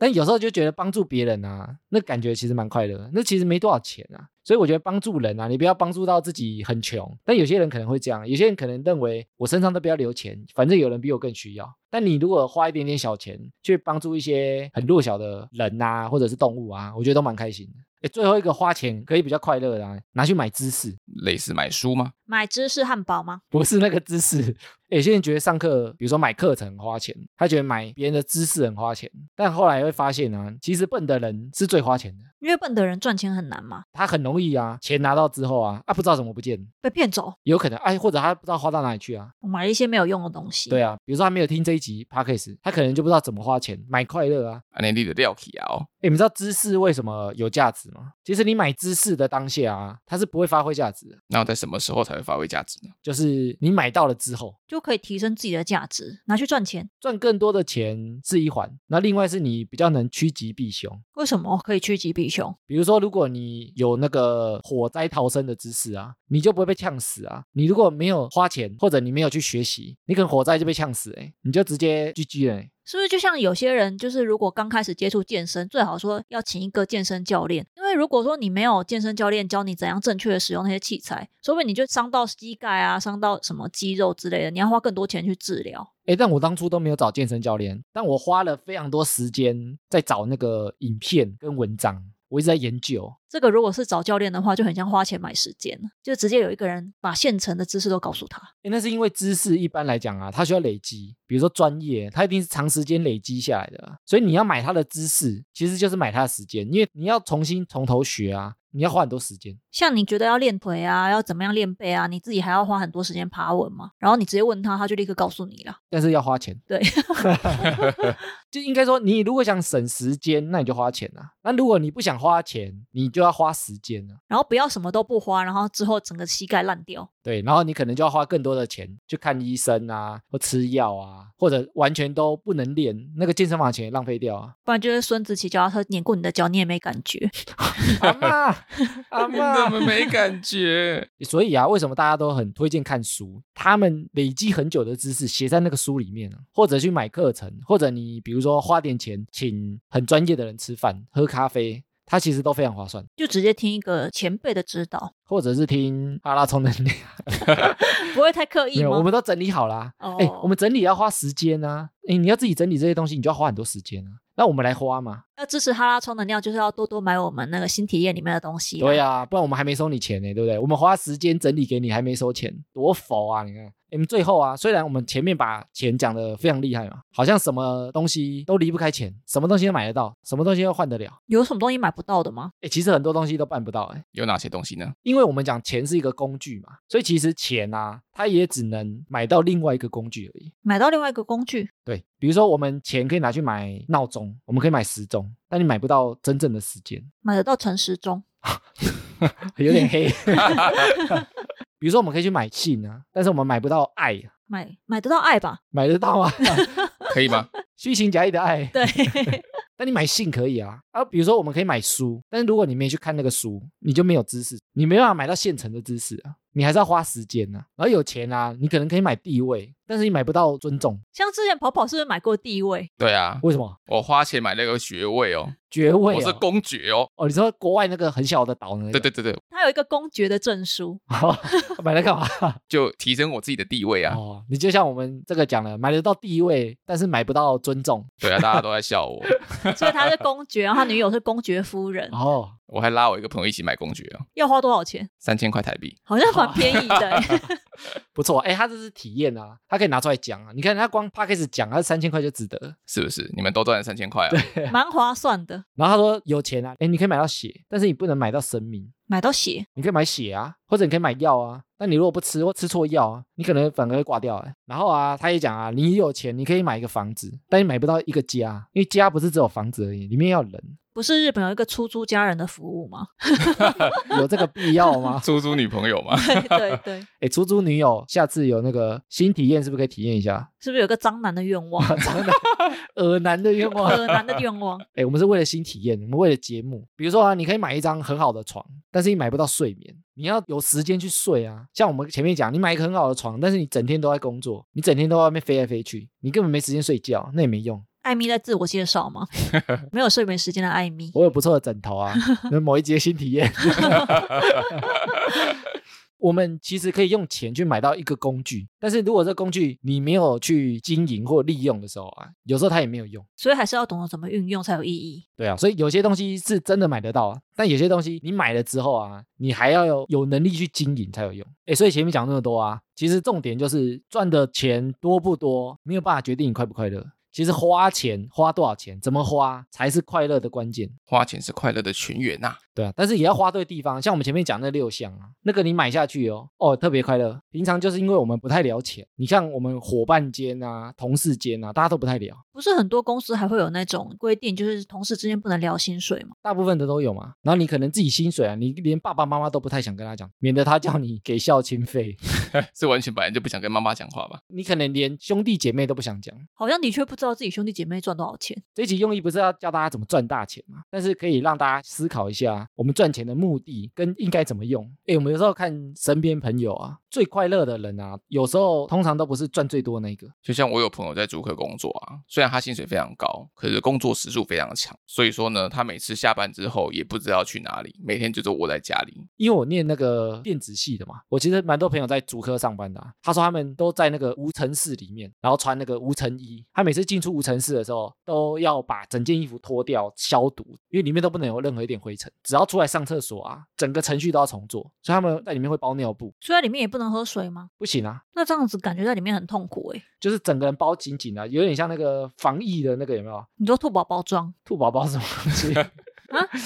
Speaker 1: 但有时候就觉得帮助别人啊，那感觉其实蛮快乐的。那其实没多少钱啊，所以我觉得帮助人啊，你不要帮助到自己很穷。但有些人可能会这样，有些人可能认为我身上都不要留钱，反正有人比我更需要。但你如果花一点点小钱去帮助一些很弱小的人啊，或者是动物啊，我觉得都蛮开心的。哎，最后一个花钱可以比较快乐的、啊，拿去买知识，
Speaker 3: 类似买书吗？
Speaker 2: 买芝士汉堡吗？
Speaker 1: 不是那个知识。有些人觉得上课，比如说买课程很花钱，他觉得买别人的知识很花钱，但后来会发现啊，其实笨的人是最花钱的。
Speaker 2: 因为笨的人赚钱很难嘛，
Speaker 1: 他很容易啊，钱拿到之后啊，啊不知道怎么不见，
Speaker 2: 被骗走，
Speaker 1: 有可能哎，或者他不知道花到哪里去啊。
Speaker 2: 我买了一些没有用的东西。
Speaker 1: 对啊，比如说他没有听这一集 podcast，他可能就不知道怎么花钱买快乐啊。
Speaker 3: 安内利的料起啊哦，
Speaker 1: 哎，你们知道知识为什么有价值吗？其实你买知识的当下啊，它是不会发挥价值的，
Speaker 3: 那我在什么时候才会发挥价值呢？
Speaker 1: 就是你买到了之后。
Speaker 2: 就可以提升自己的价值，拿去赚钱。
Speaker 1: 赚更多的钱是一环，那另外是你比较能趋吉避凶。
Speaker 2: 为什么可以趋吉避凶？
Speaker 1: 比如说，如果你有那个火灾逃生的知识啊，你就不会被呛死啊。你如果没有花钱，或者你没有去学习，你可能火灾就被呛死哎、你就直接 GG 了、欸。
Speaker 2: 是不是就像有些人，就是如果刚开始接触健身，最好说要请一个健身教练，因为如果说你没有健身教练教你怎样正确的使用那些器材，说不定你就伤到膝盖啊，伤到什么肌肉之类的，你要花更多钱去治疗。
Speaker 1: 哎，但我当初都没有找健身教练，但我花了非常多时间在找那个影片跟文章，我一直在研究。
Speaker 2: 这个如果是找教练的话，就很像花钱买时间，就直接有一个人把现成的知识都告诉他。
Speaker 1: 哎，那是因为知识一般来讲啊，它需要累积，比如说专业，它一定是长时间累积下来的啊、所以你要买它的知识，其实就是买它的时间，因为你要重新从头学啊，你要花很多时间。
Speaker 2: 像你觉得要练腿啊，要怎么样练背啊，你自己还要花很多时间爬文嘛，然后你直接问他，他就立刻告诉你了。
Speaker 1: 但是要花钱，
Speaker 2: 对，
Speaker 1: 就应该说，你如果想省时间，那你就花钱啊。那如果你不想花钱，你就要花时间啊。
Speaker 2: 然后不要什么都不花，然后之后整个膝盖烂掉。
Speaker 1: 对，然后你可能就要花更多的钱去看医生啊，或吃药啊，或者完全都不能练，那个健身房的钱也浪费掉啊。
Speaker 2: 不然就是孙子骑脚踏车碾过你的脚，你也没感觉。
Speaker 1: 阿妈，阿
Speaker 3: 你怎
Speaker 1: 妈，
Speaker 3: 么没感觉？
Speaker 1: 所以啊，为什么大家都很推荐看书？他们累积很久的知识写在那个书里面啊，或者去买课程，或者你比如说花点钱请很专业的人吃饭、喝咖啡。它其实都非常划算，
Speaker 2: 就直接听一个前辈的指导，
Speaker 1: 或者是听阿拉聪的那，
Speaker 2: 不会太刻
Speaker 1: 没
Speaker 2: 意
Speaker 1: 有，我
Speaker 2: 吗？
Speaker 1: 们都整理好啦。
Speaker 2: 哦
Speaker 1: 哎、我们整理要花时间啊，哎、你要自己整理这些东西，你就要花很多时间啊。那我们来花嘛，
Speaker 2: 哦要支持哈拉充能量，就是要多多买我们那个新体验里面的东西。啊
Speaker 1: 对啊呀、不然我们还没收你钱呢、对不对？我们花时间整理给你，还没收钱，多佛啊！你看，你们最后啊，虽然我们前面把钱讲的非常厉害嘛，好像什么东西都离不开钱，什么东西都买得到，什么东西都换得了。
Speaker 2: 有什么东西买不到的吗？
Speaker 1: 哎，其实很多东西都办不到哎、
Speaker 3: 有哪些东西呢？
Speaker 1: 因为我们讲钱是一个工具嘛，所以其实钱啊，它也只能买到另外一个工具而已。
Speaker 2: 买到另外一个工具，
Speaker 1: 对，比如说我们钱可以拿去买闹钟，我们可以买时钟，但你买不到真正的时间，
Speaker 2: 买得到陈时钟，
Speaker 1: 有点 黑。比如说我们可以去买信啊，但是我们买不到爱啊。
Speaker 2: 买买得到爱吧？
Speaker 1: 买得到啊，
Speaker 3: 可以吗？
Speaker 1: 虚情假意的爱。
Speaker 2: 对，
Speaker 1: 但你买信可以啊，啊，比如说我们可以买书，但是如果你没去看那个书，你就没有知识，你没办法买到现成的知识啊，你还是要花时间啊。然后有钱啊，你可能可以买地位，但是你买不到尊重，
Speaker 2: 像之前跑跑是不是买过地位？
Speaker 3: 对啊，
Speaker 1: 为什么？
Speaker 3: 我花钱买那个学位哦，
Speaker 1: 爵位、
Speaker 3: 我是
Speaker 1: 哦。哎
Speaker 3: 公爵哦。
Speaker 1: 哦，你说国外那个很小的岛呢？
Speaker 3: 对对对对，
Speaker 2: 他有一个公爵的证书，
Speaker 1: 对， 买来干嘛？
Speaker 3: 就提升我自己的地位啊。
Speaker 1: 哦，你就像我们这个讲了，买得到地位，但是买不到尊重。
Speaker 3: 对啊，大家都在笑 我，
Speaker 2: 所以他是公爵，然后他女友是公爵夫人，
Speaker 1: 哦，
Speaker 3: 我还拉我一个朋友一起买公爵哦，
Speaker 2: 要花多少钱？
Speaker 3: 三千块台币。
Speaker 2: 好像蛮便宜的、欸。
Speaker 1: 不错，哎，他这是体验啊，他可以拿出来讲啊。你看他光 p a c k a g 讲，他三千块就值得了。
Speaker 3: 是不是？你们都赚了三千块啊？？
Speaker 2: 蛮划算的，
Speaker 1: 然后他说有钱啊，哎，你可以买到血，但是你不能买到生命。
Speaker 2: 买到血，
Speaker 1: 你可以买血啊，或者你可以买药啊。但你如果不吃或吃错药啊，你可能反而会挂掉、欸。然后啊，他也讲啊，你有钱你可以买一个房子，但你买不到一个家，因为家不是只有房子而已，里面要有人，
Speaker 2: 不是日本有一个出租家人的服务吗？
Speaker 1: 有这个必要吗
Speaker 3: 出租女朋友嘛？
Speaker 2: 对对对，
Speaker 1: 哎、出租女友，下次有那个新体验是不是可以体验一下？
Speaker 2: 是不是有一个张男的愿望，
Speaker 1: 耳男的愿望，
Speaker 2: 柯南的愿望？
Speaker 1: 哎、我们是为了新体验，我们为了节目。比如说啊，你可以买一张很好的床，但是你买不到睡眠，你要有时间去睡啊。像我们前面讲，你买一个很好的床，但是你整天都在工作，你整天都在外面飞来飞去，你根本没时间睡觉，那也没用。
Speaker 2: 艾米在自我介绍吗？没有睡眠时间的艾米，
Speaker 1: 我有不错的枕头啊，那某一节新体验。 我们其实可以用钱去买到一个工具，但是如果这工具你没有去经营或利用的时候啊，有时候它也没有用。
Speaker 2: 所以还是要懂得怎么运用才有意义。
Speaker 1: 对啊，所以有些东西是真的买得到啊，但有些东西你买了之后啊，你还要有有能力去经营才有用。诶，所以前面讲那么多啊，其实重点就是赚的钱多不多，没有办法决定你快不快乐。其实花钱花多少钱，怎么花才是快乐的关键。
Speaker 3: 花钱是快乐的泉源呐、
Speaker 1: 对啊，但是也要花对地方，像我们前面讲那六项啊，那个你买下去哦，哦，特别快乐。平常就是因为我们不太聊钱，你像我们伙伴间啊、同事间啊，大家都不太聊，
Speaker 2: 不是很多公司还会有那种规定，就是同事之间不能聊薪水嘛？
Speaker 1: 大部分的都有嘛。然后你可能自己薪水啊，你连爸爸妈妈都不太想跟他讲，免得他叫你给孝亲费。
Speaker 3: 是完全本来就不想跟妈妈讲话吧？
Speaker 1: 你可能连兄弟姐妹都不想讲。
Speaker 2: 好像的确不知道自己兄弟姐妹赚多少钱。
Speaker 1: 这一集用意不是要教大家怎么赚大钱嘛，但是可以让大家思考一下，我们赚钱的目的跟应该怎么用。诶，我们有时候看身边朋友啊，最快乐的人啊，有时候通常都不是赚最多那一个。
Speaker 3: 就像我有朋友在租客工作啊，虽然他薪水非常高，可是工作时数非常强，所以说呢，他每次下班之后也不知道去哪里，每天就是窝在家里。
Speaker 1: 因为我念那个电子系的嘛，我其实蛮多朋友在竹科上班的、啊。他说他们都在那个无尘室里面，然后穿那个无尘衣。他每次进出无尘室的时候，都要把整件衣服脱掉消毒，因为里面都不能有任何一点灰尘。只要出来上厕所啊，整个程序都要重做，所以他们在里面会包尿布，
Speaker 2: 所以在里面也不能喝水吗？
Speaker 1: 不行啊。
Speaker 2: 那这样子感觉在里面很痛苦欸诶、
Speaker 1: 就是整个人包紧紧的、有点像那个防疫的那个有没有
Speaker 2: 你说兔宝宝装
Speaker 1: 兔宝宝什么东西？
Speaker 2: 啊？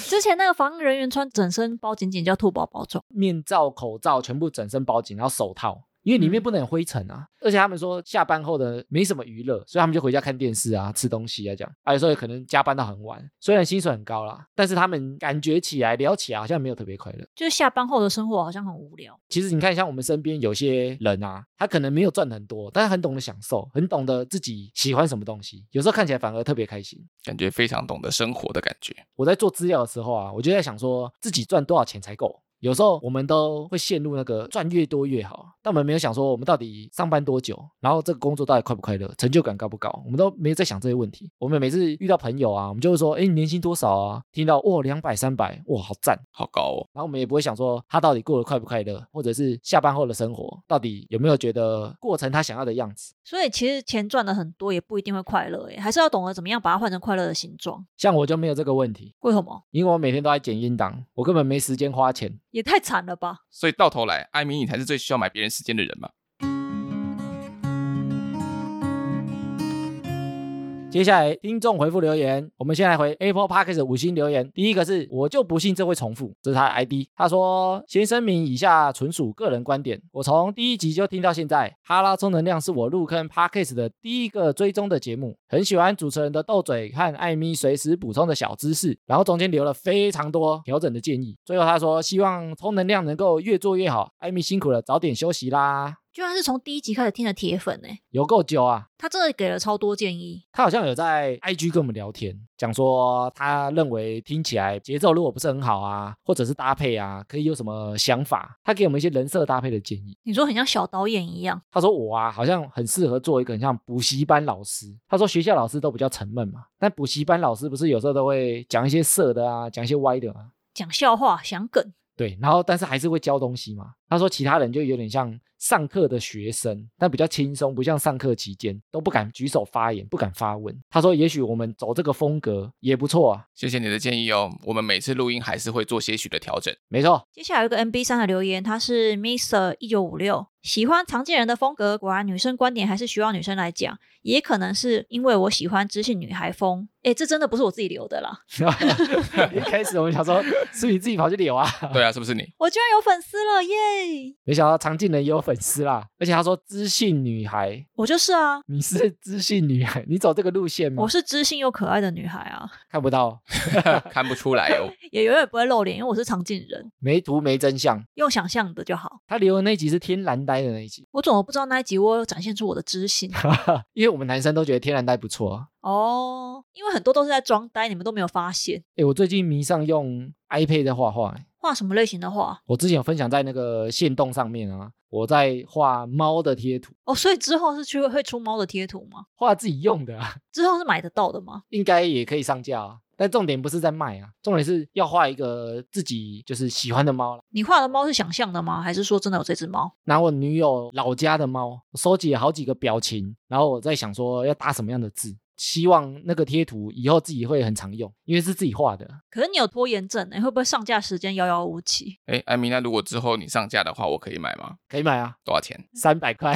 Speaker 2: 之前那个防疫人员穿整身包紧紧叫兔宝宝装，
Speaker 1: 面罩、口罩全部整身包紧，然后手套，因为里面
Speaker 2: 嗯
Speaker 1: 不能有灰尘啊。而且他们说下班后的没什么娱乐，所以他们就回家看电视啊、吃东西啊这样。而有时候也可能加班到很晚，虽然薪水很高啦，但是他们感觉起来、聊起来好像没有特别快乐。
Speaker 2: 就是下班后的生活好像很无聊。
Speaker 1: 其实你看，像我们身边有些人啊，他可能没有赚很多，但是很懂得享受，很懂得自己喜欢什么东西，有时候看起来反而特别开心。
Speaker 3: 感觉非常懂得生活的感觉。
Speaker 1: 我在做资料的时候啊，我就在想说自己赚多少钱才够。有时候我们都会陷入那个赚越多越好，但我们没有想说我们到底上班多久，然后这个工作到底快不快乐，成就感高不高，我们都没有在想这些问题。我们每次遇到朋友啊，我们就会说，哎，你年薪多少啊？听到哇两百三百，哇好赞。
Speaker 3: 好高哦。
Speaker 1: 然后我们也不会想说他到底过得快不快乐，或者是下班后的生活到底有没有觉得过成他想要的样子。
Speaker 2: 所以其实钱赚的很多也不一定会快乐，哎，还是要懂得怎么样把它换成快乐的形状。
Speaker 1: 像我就没有这个问题，
Speaker 2: 为什么？
Speaker 1: 因为我每天都在剪音档，我根本没时间花钱。
Speaker 2: 也太惨了吧！
Speaker 3: 所以到头来，艾米你才是最需要买别人时间的人嘛。
Speaker 1: 接下来听众回复留言，我们先来回 Apple Park 的五星留言。第一个是我就不信这会重复，这是他的 ID。他说：“先声明，以下纯属个人观点。我从第一集就听到现在，哈拉充能量是我入坑 Parkes 的第一个追踪的节目，很喜欢主持人的斗嘴和艾米随时补充的小知识，然后中间留了非常多调整的建议。最后他说，希望充能量能够越做越好，艾米辛苦了，早点休息啦，
Speaker 2: 居然是从第一集开始听的铁粉哎，
Speaker 1: 有够久啊。”
Speaker 2: 他真的给了超多建议。
Speaker 1: 他好像有在 IG 跟我们聊天，讲说他认为听起来节奏如果不是很好啊，或者是搭配啊，可以有什么想法？他给我们一些人设搭配的建议。
Speaker 2: 你说很像小导演一样，
Speaker 1: 他说我啊，好像很适合做一个很像补习班老师。他说学校老师都比较沉闷嘛，但补习班老师不是有时候都会讲一些色的啊，讲一些歪的啊，
Speaker 2: 讲笑话、想梗，
Speaker 1: 对，然后但是还是会教东西嘛。他说其他人就有点像上课的学生，但比较轻松，不像上课期间都不敢举手发言，不敢发问。他说也许我们走这个风格也不错啊。
Speaker 3: 谢谢你的建议哦，我们每次录音还是会做些许的调整。
Speaker 1: 没错，
Speaker 2: 接下来有一个 MB 三的留言，他是 Mister 一九五六，喜欢常见人的风格，果然女生观点还是需要女生来讲，也可能是因为我喜欢知性女孩风。哎，这真的不是我自己留的啦，
Speaker 1: 一开始我们想说是你自己跑去扭啊，
Speaker 3: 对啊，是不是你？
Speaker 2: 我居然有粉丝了耶！
Speaker 1: 没想到常进人也有粉丝啦。而且他说知性女孩，
Speaker 2: 我就是啊，
Speaker 1: 你是知性女孩，你走这个路线吗
Speaker 2: 我？是知性又可爱的女孩啊，
Speaker 1: 看不到，
Speaker 3: 看不出来哦。
Speaker 2: 也永远不会露脸，因为我是常进人，
Speaker 1: 没图没真相。
Speaker 2: 用想象的就好。
Speaker 1: 他留的那一集是天然呆的那一集，
Speaker 2: 我怎么不知道那一集我有展现出我的知性？啊
Speaker 1: 因为我们男生都觉得天然呆不错啊。
Speaker 2: 哦，因为很多都是在装呆，你们都没有发现。
Speaker 1: 诶，我最近迷上用 iPad 在画画、欸，
Speaker 2: 画什么类型的画？
Speaker 1: 我之前有分享在那个线动上面啊，我在画猫的贴图，
Speaker 2: 哦，所以之后是去会出猫的贴图吗？
Speaker 1: 画自己用的、啊，
Speaker 2: 之后是买得到的吗？
Speaker 1: 应该也可以上架啊。但重点不是在卖啊，重点是要画一个自己就是喜欢的猫啦。
Speaker 2: 你画的猫是想象的吗？还是说真的有这只猫？
Speaker 1: 拿我女友老家的猫，我收集了好几个表情，然后我在想说要打什么样的字，希望那个贴图以后自己会很常用，因为是自己画的。
Speaker 2: 可是你有拖延症、欸，会不会上架时间遥遥无期？
Speaker 3: 哎，艾米，那如果之后你上架的话，我可以买吗？
Speaker 1: 可以买啊，
Speaker 3: 多少钱？
Speaker 1: 三百块，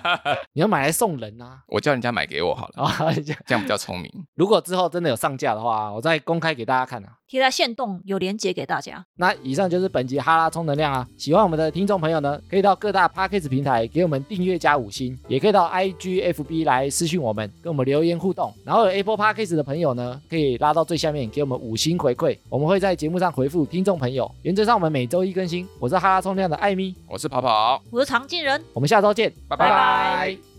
Speaker 1: 你要买来送人啊。
Speaker 3: 我叫人家买给我好了，
Speaker 1: 啊，这样
Speaker 3: 这样比较聪明。
Speaker 1: 如果之后真的有上架的话，我再公开给大家看啊。
Speaker 2: 贴在线动有连接给大家。
Speaker 1: 那以上就是本集哈拉充能量啊！喜欢我们的听众朋友呢，可以到各大 p a c k a g e 平台给我们订阅加五星，也可以到 IGFB 来私讯我们，跟我们留言互动。然后有 Apple p a c k a g e 的朋友呢，可以拉到最下面给我们五星回馈，我们会在节目上回复听众朋友。原则上我们每周一更新，我是哈拉充能量的艾米，
Speaker 3: 我是跑跑，
Speaker 2: 我是常进人，
Speaker 1: 我们下周见，
Speaker 3: 拜
Speaker 2: 拜拜